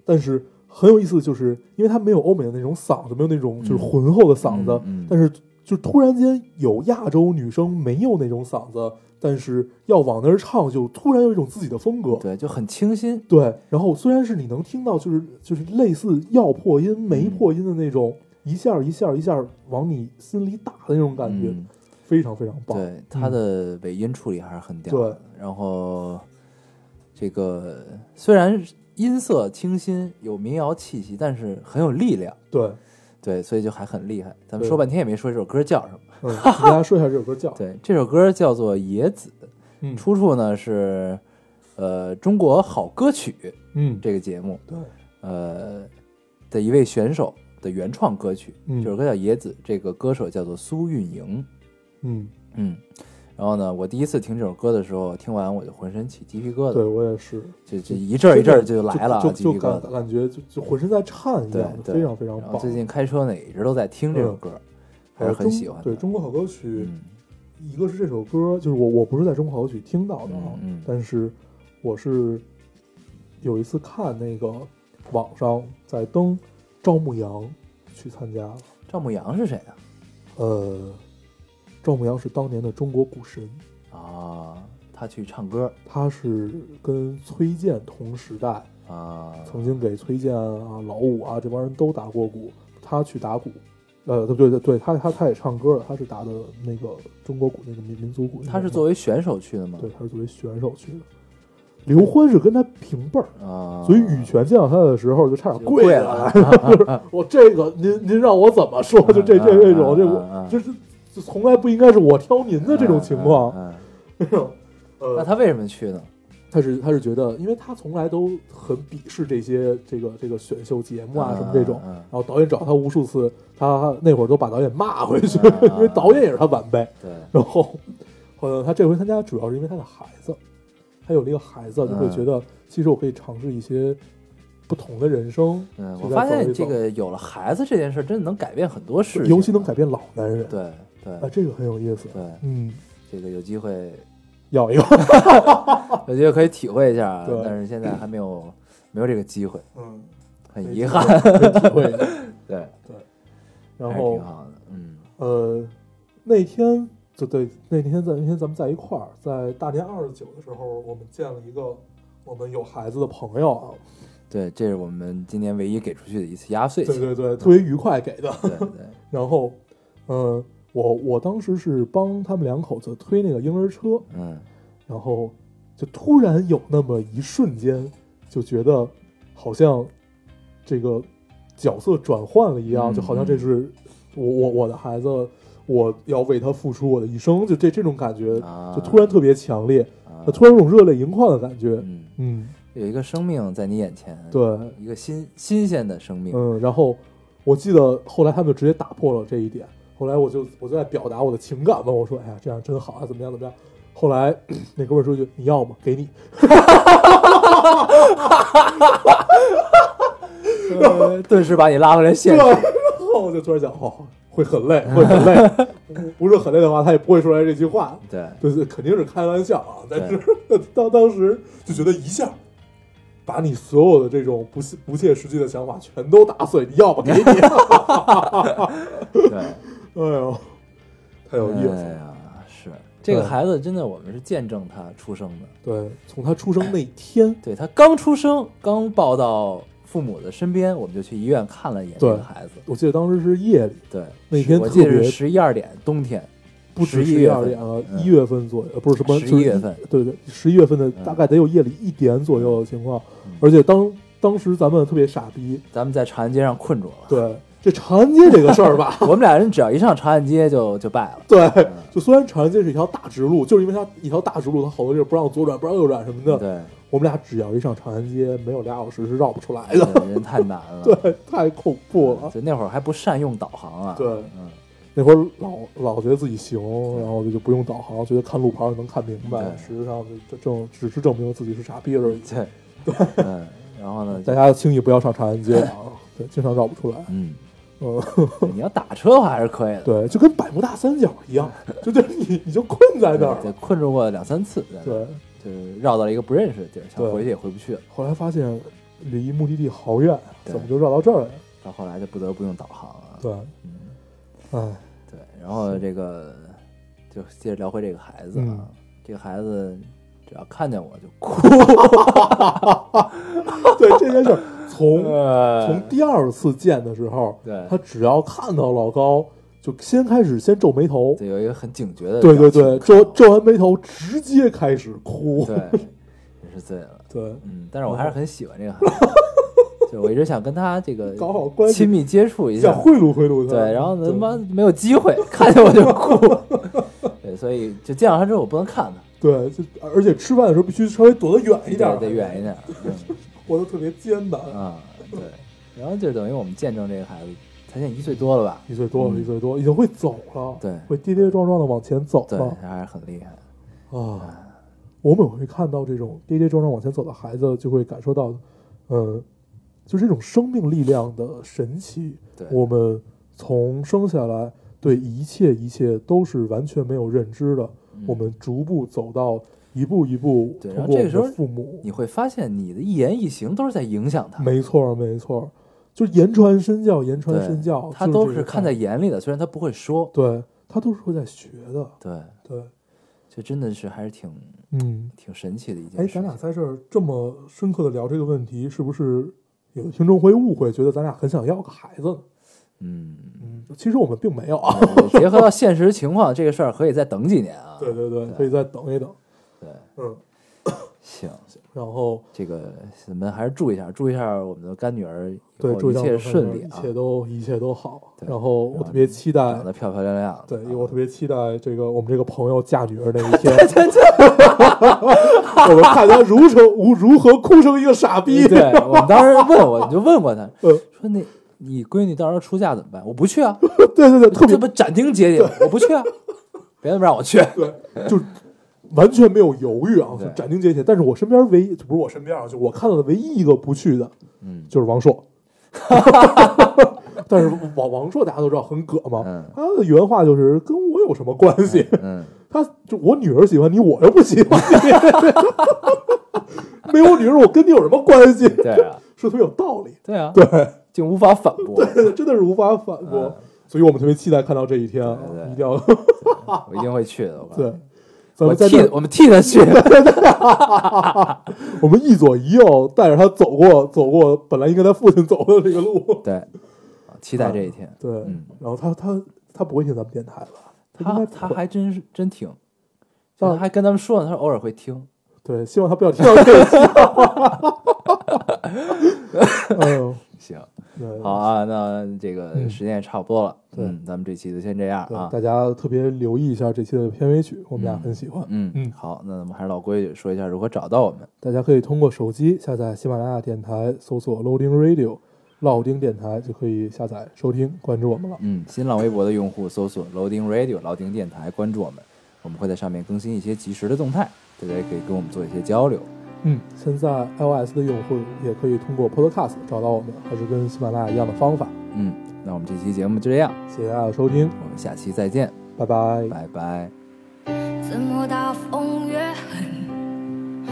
[SPEAKER 1] 但是很有意思，就是因为它没有欧美的那种嗓子，没有那种就是
[SPEAKER 2] 嗯
[SPEAKER 1] 浑厚的嗓子，
[SPEAKER 2] 嗯嗯
[SPEAKER 1] 但是就突然间有亚洲女生没有那种嗓子，但是要往那儿唱，就突然有一种自己的风格，
[SPEAKER 2] 对，就很清新。
[SPEAKER 1] 对，然后虽然是你能听到，就是就是类似要破音没破音的那种，一下儿一下儿一下儿往你心里打的那种感觉，
[SPEAKER 2] 嗯
[SPEAKER 1] 非常非常棒。
[SPEAKER 2] 对，它的尾音处理还是很屌的。然后这个虽然音色清新，有民谣气息，但是很有力量。
[SPEAKER 1] 对，
[SPEAKER 2] 对，所以就还很厉害。咱们
[SPEAKER 1] 对
[SPEAKER 2] 说半天也没说这首歌叫什么。
[SPEAKER 1] 嗯，给大家说一下这首歌叫，
[SPEAKER 2] 对，这首歌叫做《野子》，
[SPEAKER 1] 嗯
[SPEAKER 2] 出处呢是呃《中国好歌曲》
[SPEAKER 1] 嗯，
[SPEAKER 2] 这个节目。
[SPEAKER 1] 对，
[SPEAKER 2] 呃的一位选手的原创歌曲，
[SPEAKER 1] 嗯
[SPEAKER 2] 这首歌叫《野子》，这个歌手叫做苏运莹，
[SPEAKER 1] 嗯，
[SPEAKER 2] 嗯，然后呢，我第一次听这首歌的时候，听完我就浑身起鸡皮疙
[SPEAKER 1] 对
[SPEAKER 2] 瘩，
[SPEAKER 1] 我也是，
[SPEAKER 2] 就就一阵儿一阵儿就来了啊
[SPEAKER 1] 就
[SPEAKER 2] 鸡
[SPEAKER 1] 就
[SPEAKER 2] 皮
[SPEAKER 1] 就
[SPEAKER 2] 疙
[SPEAKER 1] 感
[SPEAKER 2] 瘩，
[SPEAKER 1] 感觉就就浑身在颤一
[SPEAKER 2] 对
[SPEAKER 1] 样，
[SPEAKER 2] 对，
[SPEAKER 1] 非常非常
[SPEAKER 2] 然
[SPEAKER 1] 棒
[SPEAKER 2] 后。最近开车呢，也一直都在听这首歌，还是
[SPEAKER 1] 嗯呃
[SPEAKER 2] 很
[SPEAKER 1] 中
[SPEAKER 2] 喜欢的，
[SPEAKER 1] 对中国好歌曲，
[SPEAKER 2] 嗯
[SPEAKER 1] 一个是这首歌，就是我我不是在中国好歌曲听到的啊，
[SPEAKER 2] 嗯嗯
[SPEAKER 1] 但是我是有一次看那个网上在登赵牧阳去参加了，
[SPEAKER 2] 赵牧阳是谁啊？
[SPEAKER 1] 呃，赵牧阳是当年的中国股神，
[SPEAKER 2] 啊，他去唱歌
[SPEAKER 1] 他是跟崔健同时代，
[SPEAKER 2] 啊，
[SPEAKER 1] 曾经给崔健啊、老五啊这帮人都打过鼓，他去打鼓。呃，对对对，对他他他也唱歌了，他是打的那个中国鼓那个民民族鼓那个，
[SPEAKER 2] 他是作为选手去的吗？
[SPEAKER 1] 对，他是作为选手去的。刘欢是跟他平辈儿，
[SPEAKER 2] 啊，
[SPEAKER 1] 所以羽泉见到他的时候就差点
[SPEAKER 2] 就跪
[SPEAKER 1] 啊了。就是我这个您您让我怎么说？就这这这种，这
[SPEAKER 2] 嗯嗯嗯
[SPEAKER 1] 我
[SPEAKER 2] 嗯
[SPEAKER 1] 就是就从来不应该是我挑您 的这种情况。
[SPEAKER 2] 嗯，嗯嗯那
[SPEAKER 1] 呃，
[SPEAKER 2] 他为什么去呢？
[SPEAKER 1] 他是他是觉得，因为他从来都很鄙视这些这个这个选秀节目啊
[SPEAKER 2] 嗯
[SPEAKER 1] 什么这种，
[SPEAKER 2] 嗯嗯
[SPEAKER 1] 然后导演找他无数次，他那会儿都把导演骂回去，
[SPEAKER 2] 嗯嗯嗯
[SPEAKER 1] 因为导演也是他晚辈。
[SPEAKER 2] 对，
[SPEAKER 1] 然后，呃，他这回参加主要是因为他的孩子，他有了一个孩子，就会
[SPEAKER 2] 嗯
[SPEAKER 1] 觉得其实我可以尝试一些不同的人生。
[SPEAKER 2] 嗯，
[SPEAKER 1] 就
[SPEAKER 2] 我
[SPEAKER 1] 在
[SPEAKER 2] 发
[SPEAKER 1] 走
[SPEAKER 2] 现
[SPEAKER 1] 一
[SPEAKER 2] 这
[SPEAKER 1] 走
[SPEAKER 2] 个有了孩子这件事，真的能改变很多事情啊，
[SPEAKER 1] 尤其能改变老男人，
[SPEAKER 2] 对对
[SPEAKER 1] 啊，这个很有意思。
[SPEAKER 2] 对，
[SPEAKER 1] 嗯，
[SPEAKER 2] 这个有机会，
[SPEAKER 1] 要一个，
[SPEAKER 2] 有机会可以体会一下啊
[SPEAKER 1] 对，
[SPEAKER 2] 但是现在还没有没有这个机会，
[SPEAKER 1] 嗯，
[SPEAKER 2] 很遗憾。
[SPEAKER 1] 体会一下。
[SPEAKER 2] 对，
[SPEAKER 1] 然
[SPEAKER 2] 还是
[SPEAKER 1] 后
[SPEAKER 2] 挺，好的，嗯
[SPEAKER 1] 呃，那天就对，那天在那天咱们在一块儿，在大年二十九的时候，我们见了一个我们有孩子的朋友啊，
[SPEAKER 2] 对，这是我们今年唯一给出去的一次压岁
[SPEAKER 1] 对
[SPEAKER 2] 钱，
[SPEAKER 1] 对对，特别愉快给的。
[SPEAKER 2] 对对，
[SPEAKER 1] 然后，呃，我我当时是帮他们两口子推那个婴儿车，
[SPEAKER 2] 嗯，
[SPEAKER 1] 然后就突然有那么一瞬间，就觉得好像这个角色转换了一样，
[SPEAKER 2] 嗯
[SPEAKER 1] 就好像这是我我我的孩子，我要为他付出我的一生，就这这种感觉
[SPEAKER 2] 啊
[SPEAKER 1] 就突然特别强烈，
[SPEAKER 2] 啊
[SPEAKER 1] 突然有种热泪盈眶的感觉。
[SPEAKER 2] 嗯，
[SPEAKER 1] 嗯，
[SPEAKER 2] 有一个生命在你眼前，，
[SPEAKER 1] 对，
[SPEAKER 2] 一个新新鲜的生命，
[SPEAKER 1] 嗯，然后我记得后来他们就直接打破了这一点。后来我就我就在表达我的情感嘛，我说哎呀这 样真好啊，怎么样怎么样。后来那哥们儿说一句你要吗？给你。
[SPEAKER 2] 呃顿时把你拉回来现
[SPEAKER 1] 对，
[SPEAKER 2] 实。
[SPEAKER 1] 然后我就突然想，哦，会很累，会很累。不是很累的话，他也不会说来这句话。
[SPEAKER 2] 对，
[SPEAKER 1] 对对，肯定是开玩笑啊。但是 当当时就觉得一下，把你所有的这种不切不切实际的想法全都打碎，你要不给 你。
[SPEAKER 2] 对，
[SPEAKER 1] 哎呦，太有意思
[SPEAKER 2] 哎
[SPEAKER 1] 了。
[SPEAKER 2] 呀，是这个
[SPEAKER 1] 对
[SPEAKER 2] 孩子真的，我们是见证他出生的。
[SPEAKER 1] 对，从他出生那天，
[SPEAKER 2] 对他刚出生，刚抱到父母的身边，我们就去医院看了一眼这
[SPEAKER 1] 对
[SPEAKER 2] 个孩子。
[SPEAKER 1] 我记得当时是夜里，
[SPEAKER 2] 对，
[SPEAKER 1] 那天
[SPEAKER 2] 我记得
[SPEAKER 1] 特
[SPEAKER 2] 是
[SPEAKER 1] 别
[SPEAKER 2] 十一二点，冬天，
[SPEAKER 1] 不止
[SPEAKER 2] 11
[SPEAKER 1] 一
[SPEAKER 2] 月
[SPEAKER 1] 二
[SPEAKER 2] 份
[SPEAKER 1] 点啊，
[SPEAKER 2] 嗯
[SPEAKER 1] 一月份左右，呃不是什么，
[SPEAKER 2] 11
[SPEAKER 1] 就是一
[SPEAKER 2] 月份，
[SPEAKER 1] 对对，十一月份的
[SPEAKER 2] 嗯
[SPEAKER 1] 大概得有夜里一点左右的情况
[SPEAKER 2] 嗯，
[SPEAKER 1] 而且当当时咱们特别傻逼，
[SPEAKER 2] 咱们在长安街上困住了。，
[SPEAKER 1] 对这长安街这个事儿吧
[SPEAKER 2] 我们俩人只要一上长安街就就败了。
[SPEAKER 1] 对，就虽然长安街是一条大直路，就是因为它一条大直路，它好多地儿不让左转，不让右转什么的，
[SPEAKER 2] 对，
[SPEAKER 1] 我们俩只要一上长安街，没有俩小时是绕不出来的，
[SPEAKER 2] 对人太难了。
[SPEAKER 1] 对，太恐怖了。
[SPEAKER 2] 就那会儿还不善用导航啊。
[SPEAKER 1] 对
[SPEAKER 2] 嗯，
[SPEAKER 1] 那会儿老老觉得自己行，然后就就不用导航，觉得看路牌儿能看明白。
[SPEAKER 2] 对
[SPEAKER 1] 实际上就就证只是证明自己是傻逼而已。
[SPEAKER 2] 对，嗯，然后呢，
[SPEAKER 1] 大家轻易不要上长安街啊，对，经常绕不出来。
[SPEAKER 2] 嗯，
[SPEAKER 1] 嗯，
[SPEAKER 2] 对你要打车的话还是可以的。
[SPEAKER 1] 对，就跟百慕大三角一样，就就是你你就困在那儿
[SPEAKER 2] 对，
[SPEAKER 1] 了。
[SPEAKER 2] 困住过两三次，在那
[SPEAKER 1] 对，，
[SPEAKER 2] 就是绕到了一个不认识的地儿，想
[SPEAKER 1] 对
[SPEAKER 2] 回去也回不去了，
[SPEAKER 1] 后来发现离目的地好远，
[SPEAKER 2] 对
[SPEAKER 1] 怎么就绕到这儿来了？
[SPEAKER 2] 到后来就不得不用导航了。
[SPEAKER 1] 对，
[SPEAKER 2] 嗯，
[SPEAKER 1] 哎，
[SPEAKER 2] 对，然后这个就接着聊回这个孩子啊
[SPEAKER 1] 嗯，
[SPEAKER 2] 这个孩子只要看见我就哭，
[SPEAKER 1] 哎对这件事儿， 从
[SPEAKER 2] 从
[SPEAKER 1] 从第二次见的时候，
[SPEAKER 2] 对
[SPEAKER 1] 他只要看到老高，就先开始先皱眉头，
[SPEAKER 2] 对有一个很警觉的
[SPEAKER 1] 对对
[SPEAKER 2] 表情
[SPEAKER 1] 对，
[SPEAKER 2] 看
[SPEAKER 1] 皱
[SPEAKER 2] 我
[SPEAKER 1] 皱完眉头，直接开始哭。
[SPEAKER 2] 对，真是醉了。
[SPEAKER 1] 对
[SPEAKER 2] 嗯，但是我还是很喜欢这个孩子，就我一直想跟他这个
[SPEAKER 1] 搞好关系
[SPEAKER 2] 亲密接触一下
[SPEAKER 1] 想，贿赂贿赂他。
[SPEAKER 2] 对，然后他
[SPEAKER 1] 对
[SPEAKER 2] 妈没有机会，看见我就哭， 对，所以就见到他之后我不能看他，
[SPEAKER 1] 对，就而且吃饭的时候必须稍微躲得远一点，
[SPEAKER 2] 对，得远一，点，嗯
[SPEAKER 1] 活得特别艰难。
[SPEAKER 2] 啊，对，然后就等于我们见证这个孩子，他现在一岁多了吧，
[SPEAKER 1] 一岁多了，
[SPEAKER 2] 嗯
[SPEAKER 1] 一岁多，已经会走了，
[SPEAKER 2] 对
[SPEAKER 1] 会跌跌撞撞的往前走
[SPEAKER 2] 对，
[SPEAKER 1] 了
[SPEAKER 2] 他还是很厉害，
[SPEAKER 1] 啊。我们会看到这种跌跌撞撞往前走的孩子，就会感受到，呃，就这种生命力量的神奇。
[SPEAKER 2] 对
[SPEAKER 1] 我们从生下来对一切一切都是完全没有认知的，
[SPEAKER 2] 嗯
[SPEAKER 1] 我们逐步走到一步一步，
[SPEAKER 2] 对
[SPEAKER 1] 通
[SPEAKER 2] 然后
[SPEAKER 1] 过我们
[SPEAKER 2] 这个时候
[SPEAKER 1] 的父母，
[SPEAKER 2] 你会发现你的一言一行都是在影响他，
[SPEAKER 1] 没错儿没错儿，就是言传身教，言传身教
[SPEAKER 2] 对，，他
[SPEAKER 1] 就
[SPEAKER 2] 都
[SPEAKER 1] 这
[SPEAKER 2] 是
[SPEAKER 1] 个
[SPEAKER 2] 看在眼里的，虽然他不会说，
[SPEAKER 1] 对他都是会在学的，
[SPEAKER 2] 对，
[SPEAKER 1] 对，
[SPEAKER 2] 这真的是还是挺
[SPEAKER 1] 嗯，
[SPEAKER 2] 挺神奇的一件
[SPEAKER 1] 哎，
[SPEAKER 2] 事情，
[SPEAKER 1] 咱俩在这儿这么深刻的聊这个问题，是不是有的听众会误会，觉得咱俩很想要个孩子呢？
[SPEAKER 2] 嗯。
[SPEAKER 1] 嗯，其实我们并没有啊。
[SPEAKER 2] 对结合到现实情况，这个事儿可以再等几年啊。
[SPEAKER 1] 对对对，
[SPEAKER 2] 对
[SPEAKER 1] 可以再等一等。
[SPEAKER 2] 对，
[SPEAKER 1] 嗯，
[SPEAKER 2] 行，
[SPEAKER 1] 然后
[SPEAKER 2] 这个你们还是注意一下，注意一下我们的干女儿以
[SPEAKER 1] 对，
[SPEAKER 2] 后
[SPEAKER 1] 祝
[SPEAKER 2] 一
[SPEAKER 1] 张
[SPEAKER 2] 切
[SPEAKER 1] 老师
[SPEAKER 2] 顺利
[SPEAKER 1] 一
[SPEAKER 2] 啊，
[SPEAKER 1] 切都一切都好。
[SPEAKER 2] 对
[SPEAKER 1] 然后
[SPEAKER 2] 然
[SPEAKER 1] 我
[SPEAKER 2] 后
[SPEAKER 1] 特别期待
[SPEAKER 2] 长，得漂漂亮亮的
[SPEAKER 1] 对
[SPEAKER 2] 啊。，
[SPEAKER 1] 我特别期待这个我们这个朋友嫁女儿那 一天，我们看他如成如如何哭成一个傻逼。
[SPEAKER 2] 对，我们当时问我，你就问过他，
[SPEAKER 1] 呃，
[SPEAKER 2] 说那你闺女到时候出嫁怎么办？我不 去啊，
[SPEAKER 1] 对对对，特别
[SPEAKER 2] 这不斩钉截铁，我不去啊，别人不让我去。
[SPEAKER 1] 对，就是完全没有犹豫啊，
[SPEAKER 2] 对
[SPEAKER 1] 就斩钉截铁。但是我身边唯一就不是我身边啊，就我看到的唯一一个不去的，
[SPEAKER 2] 嗯
[SPEAKER 1] 就是王 朔。但是王王朔大家都知道很葛嘛，
[SPEAKER 2] 嗯
[SPEAKER 1] 他的原话就是跟我有什么关系？
[SPEAKER 2] 嗯，
[SPEAKER 1] 他就我女儿喜欢你，我又不喜欢你，没有女儿我跟你有什么关系？
[SPEAKER 2] 对啊，
[SPEAKER 1] 说特别有道理，
[SPEAKER 2] 对啊，
[SPEAKER 1] 对，
[SPEAKER 2] 竟无法反驳，
[SPEAKER 1] 真的是无法反驳。所以我们特别期待看到这一天啊
[SPEAKER 2] 嗯对，对
[SPEAKER 1] 一定要
[SPEAKER 2] 我一定会去的。我告诉
[SPEAKER 1] 对
[SPEAKER 2] 你，。
[SPEAKER 1] 咱
[SPEAKER 2] 我
[SPEAKER 1] 们在
[SPEAKER 2] 替
[SPEAKER 1] 这
[SPEAKER 2] 我们替 他去。
[SPEAKER 1] 我们一左一右带着他走过走过本来应该他父亲走的这个路。
[SPEAKER 2] 对，期待这一天。
[SPEAKER 1] 对，
[SPEAKER 2] 嗯
[SPEAKER 1] 然后他他他不会听咱们电台吧？
[SPEAKER 2] 他
[SPEAKER 1] 应该
[SPEAKER 2] 他
[SPEAKER 1] 不会
[SPEAKER 2] 还真是真听，
[SPEAKER 1] 啊
[SPEAKER 2] 他还跟咱们说呢，他说偶尔会听。
[SPEAKER 1] 对，希望他不要听到这个期。哎 呦，
[SPEAKER 2] 行，
[SPEAKER 1] 对
[SPEAKER 2] 好啊，那这个
[SPEAKER 1] 嗯
[SPEAKER 2] 时间也差不多了，
[SPEAKER 1] 对
[SPEAKER 2] 嗯，咱们这期就先这样
[SPEAKER 1] 对
[SPEAKER 2] 啊，
[SPEAKER 1] 大家特别留意一下这期的片尾曲，我们俩
[SPEAKER 2] 嗯
[SPEAKER 1] 很喜欢。
[SPEAKER 2] 嗯
[SPEAKER 1] 嗯
[SPEAKER 2] 好，那我们还是老规矩，说一下如何找到我们。
[SPEAKER 1] 大家可以通过手机下载喜马拉雅电台，搜索 Loading Radio。老丁电台就可以下载收听，关注我们了。
[SPEAKER 2] 嗯，新浪微博的用户搜索 Loading Radio 老丁电台，关注我们，我们会在上面更新一些及时的动态，大家也可以跟我们做一些交流。
[SPEAKER 1] 嗯，现在 iOS 的用户也可以通过 Podcast 找到我们，还是跟喜马拉雅一样的方法。
[SPEAKER 2] 嗯，那我们这期节目就这样，
[SPEAKER 1] 谢谢大家的收听，
[SPEAKER 2] 我们下期再见，
[SPEAKER 1] 拜拜。
[SPEAKER 2] 拜拜。
[SPEAKER 3] 怎么大风越狠，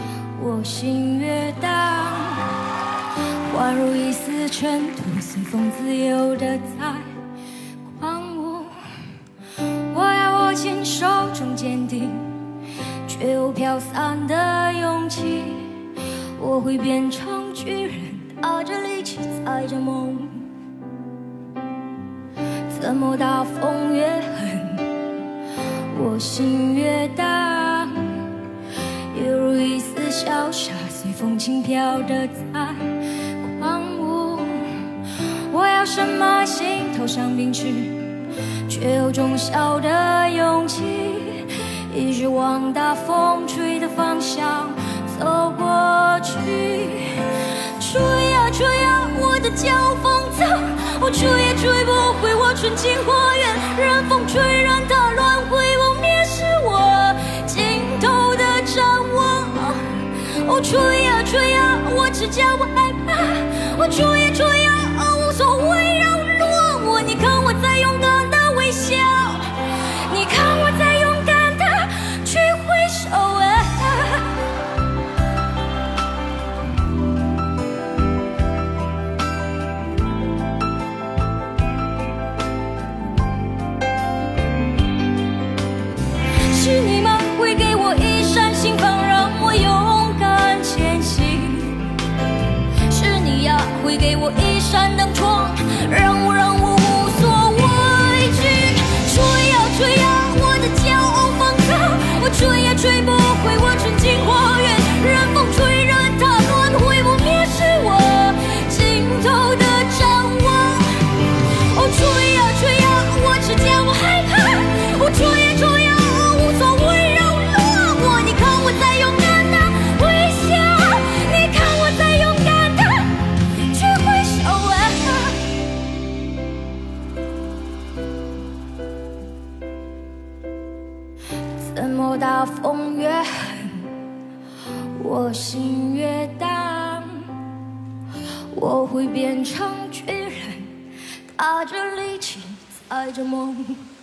[SPEAKER 3] 我心越荡？宛如一丝尘土，随风自由的在狂舞。我要握紧手中坚定，却又飘散的勇气。我会变成巨人，打着力气，踩着梦。怎么大风越狠？我心越荡，犹如一丝潇洒，随风轻飘的在狂舞。我要什么心头上冰去，却有种小的勇气，一直往大风吹的方向走过去。吹呀吹呀，我的骄风侧，我吹也吹不回我纯净火焰，任风吹，让它乱挥我蔑视我尽头的展望。哦，吹呀吹呀，我只叫我害怕，我吹呀吹呀，哦无所谓，让落寞。你看我在勇敢的微笑，你看我在勇敢的去挥手哎。是你吗？会给我一扇心房，让我勇敢前行。是你呀，会给我一扇灯窗，让我让我无所畏惧。吹呀吹呀，我的骄傲放纵，我吹也吹不回我纯净花园，任风吹，任它乱挥，我蔑视我尽头的展望。哦，吹呀吹呀，我只见我害怕，我吹呀吹呀，无所谓让落寞。你看我在勇敢的微笑，你看我在勇敢的去挥手啊。啊怎么大风越狠，我心越荡？我会变成巨人，踏着力气，踩着梦。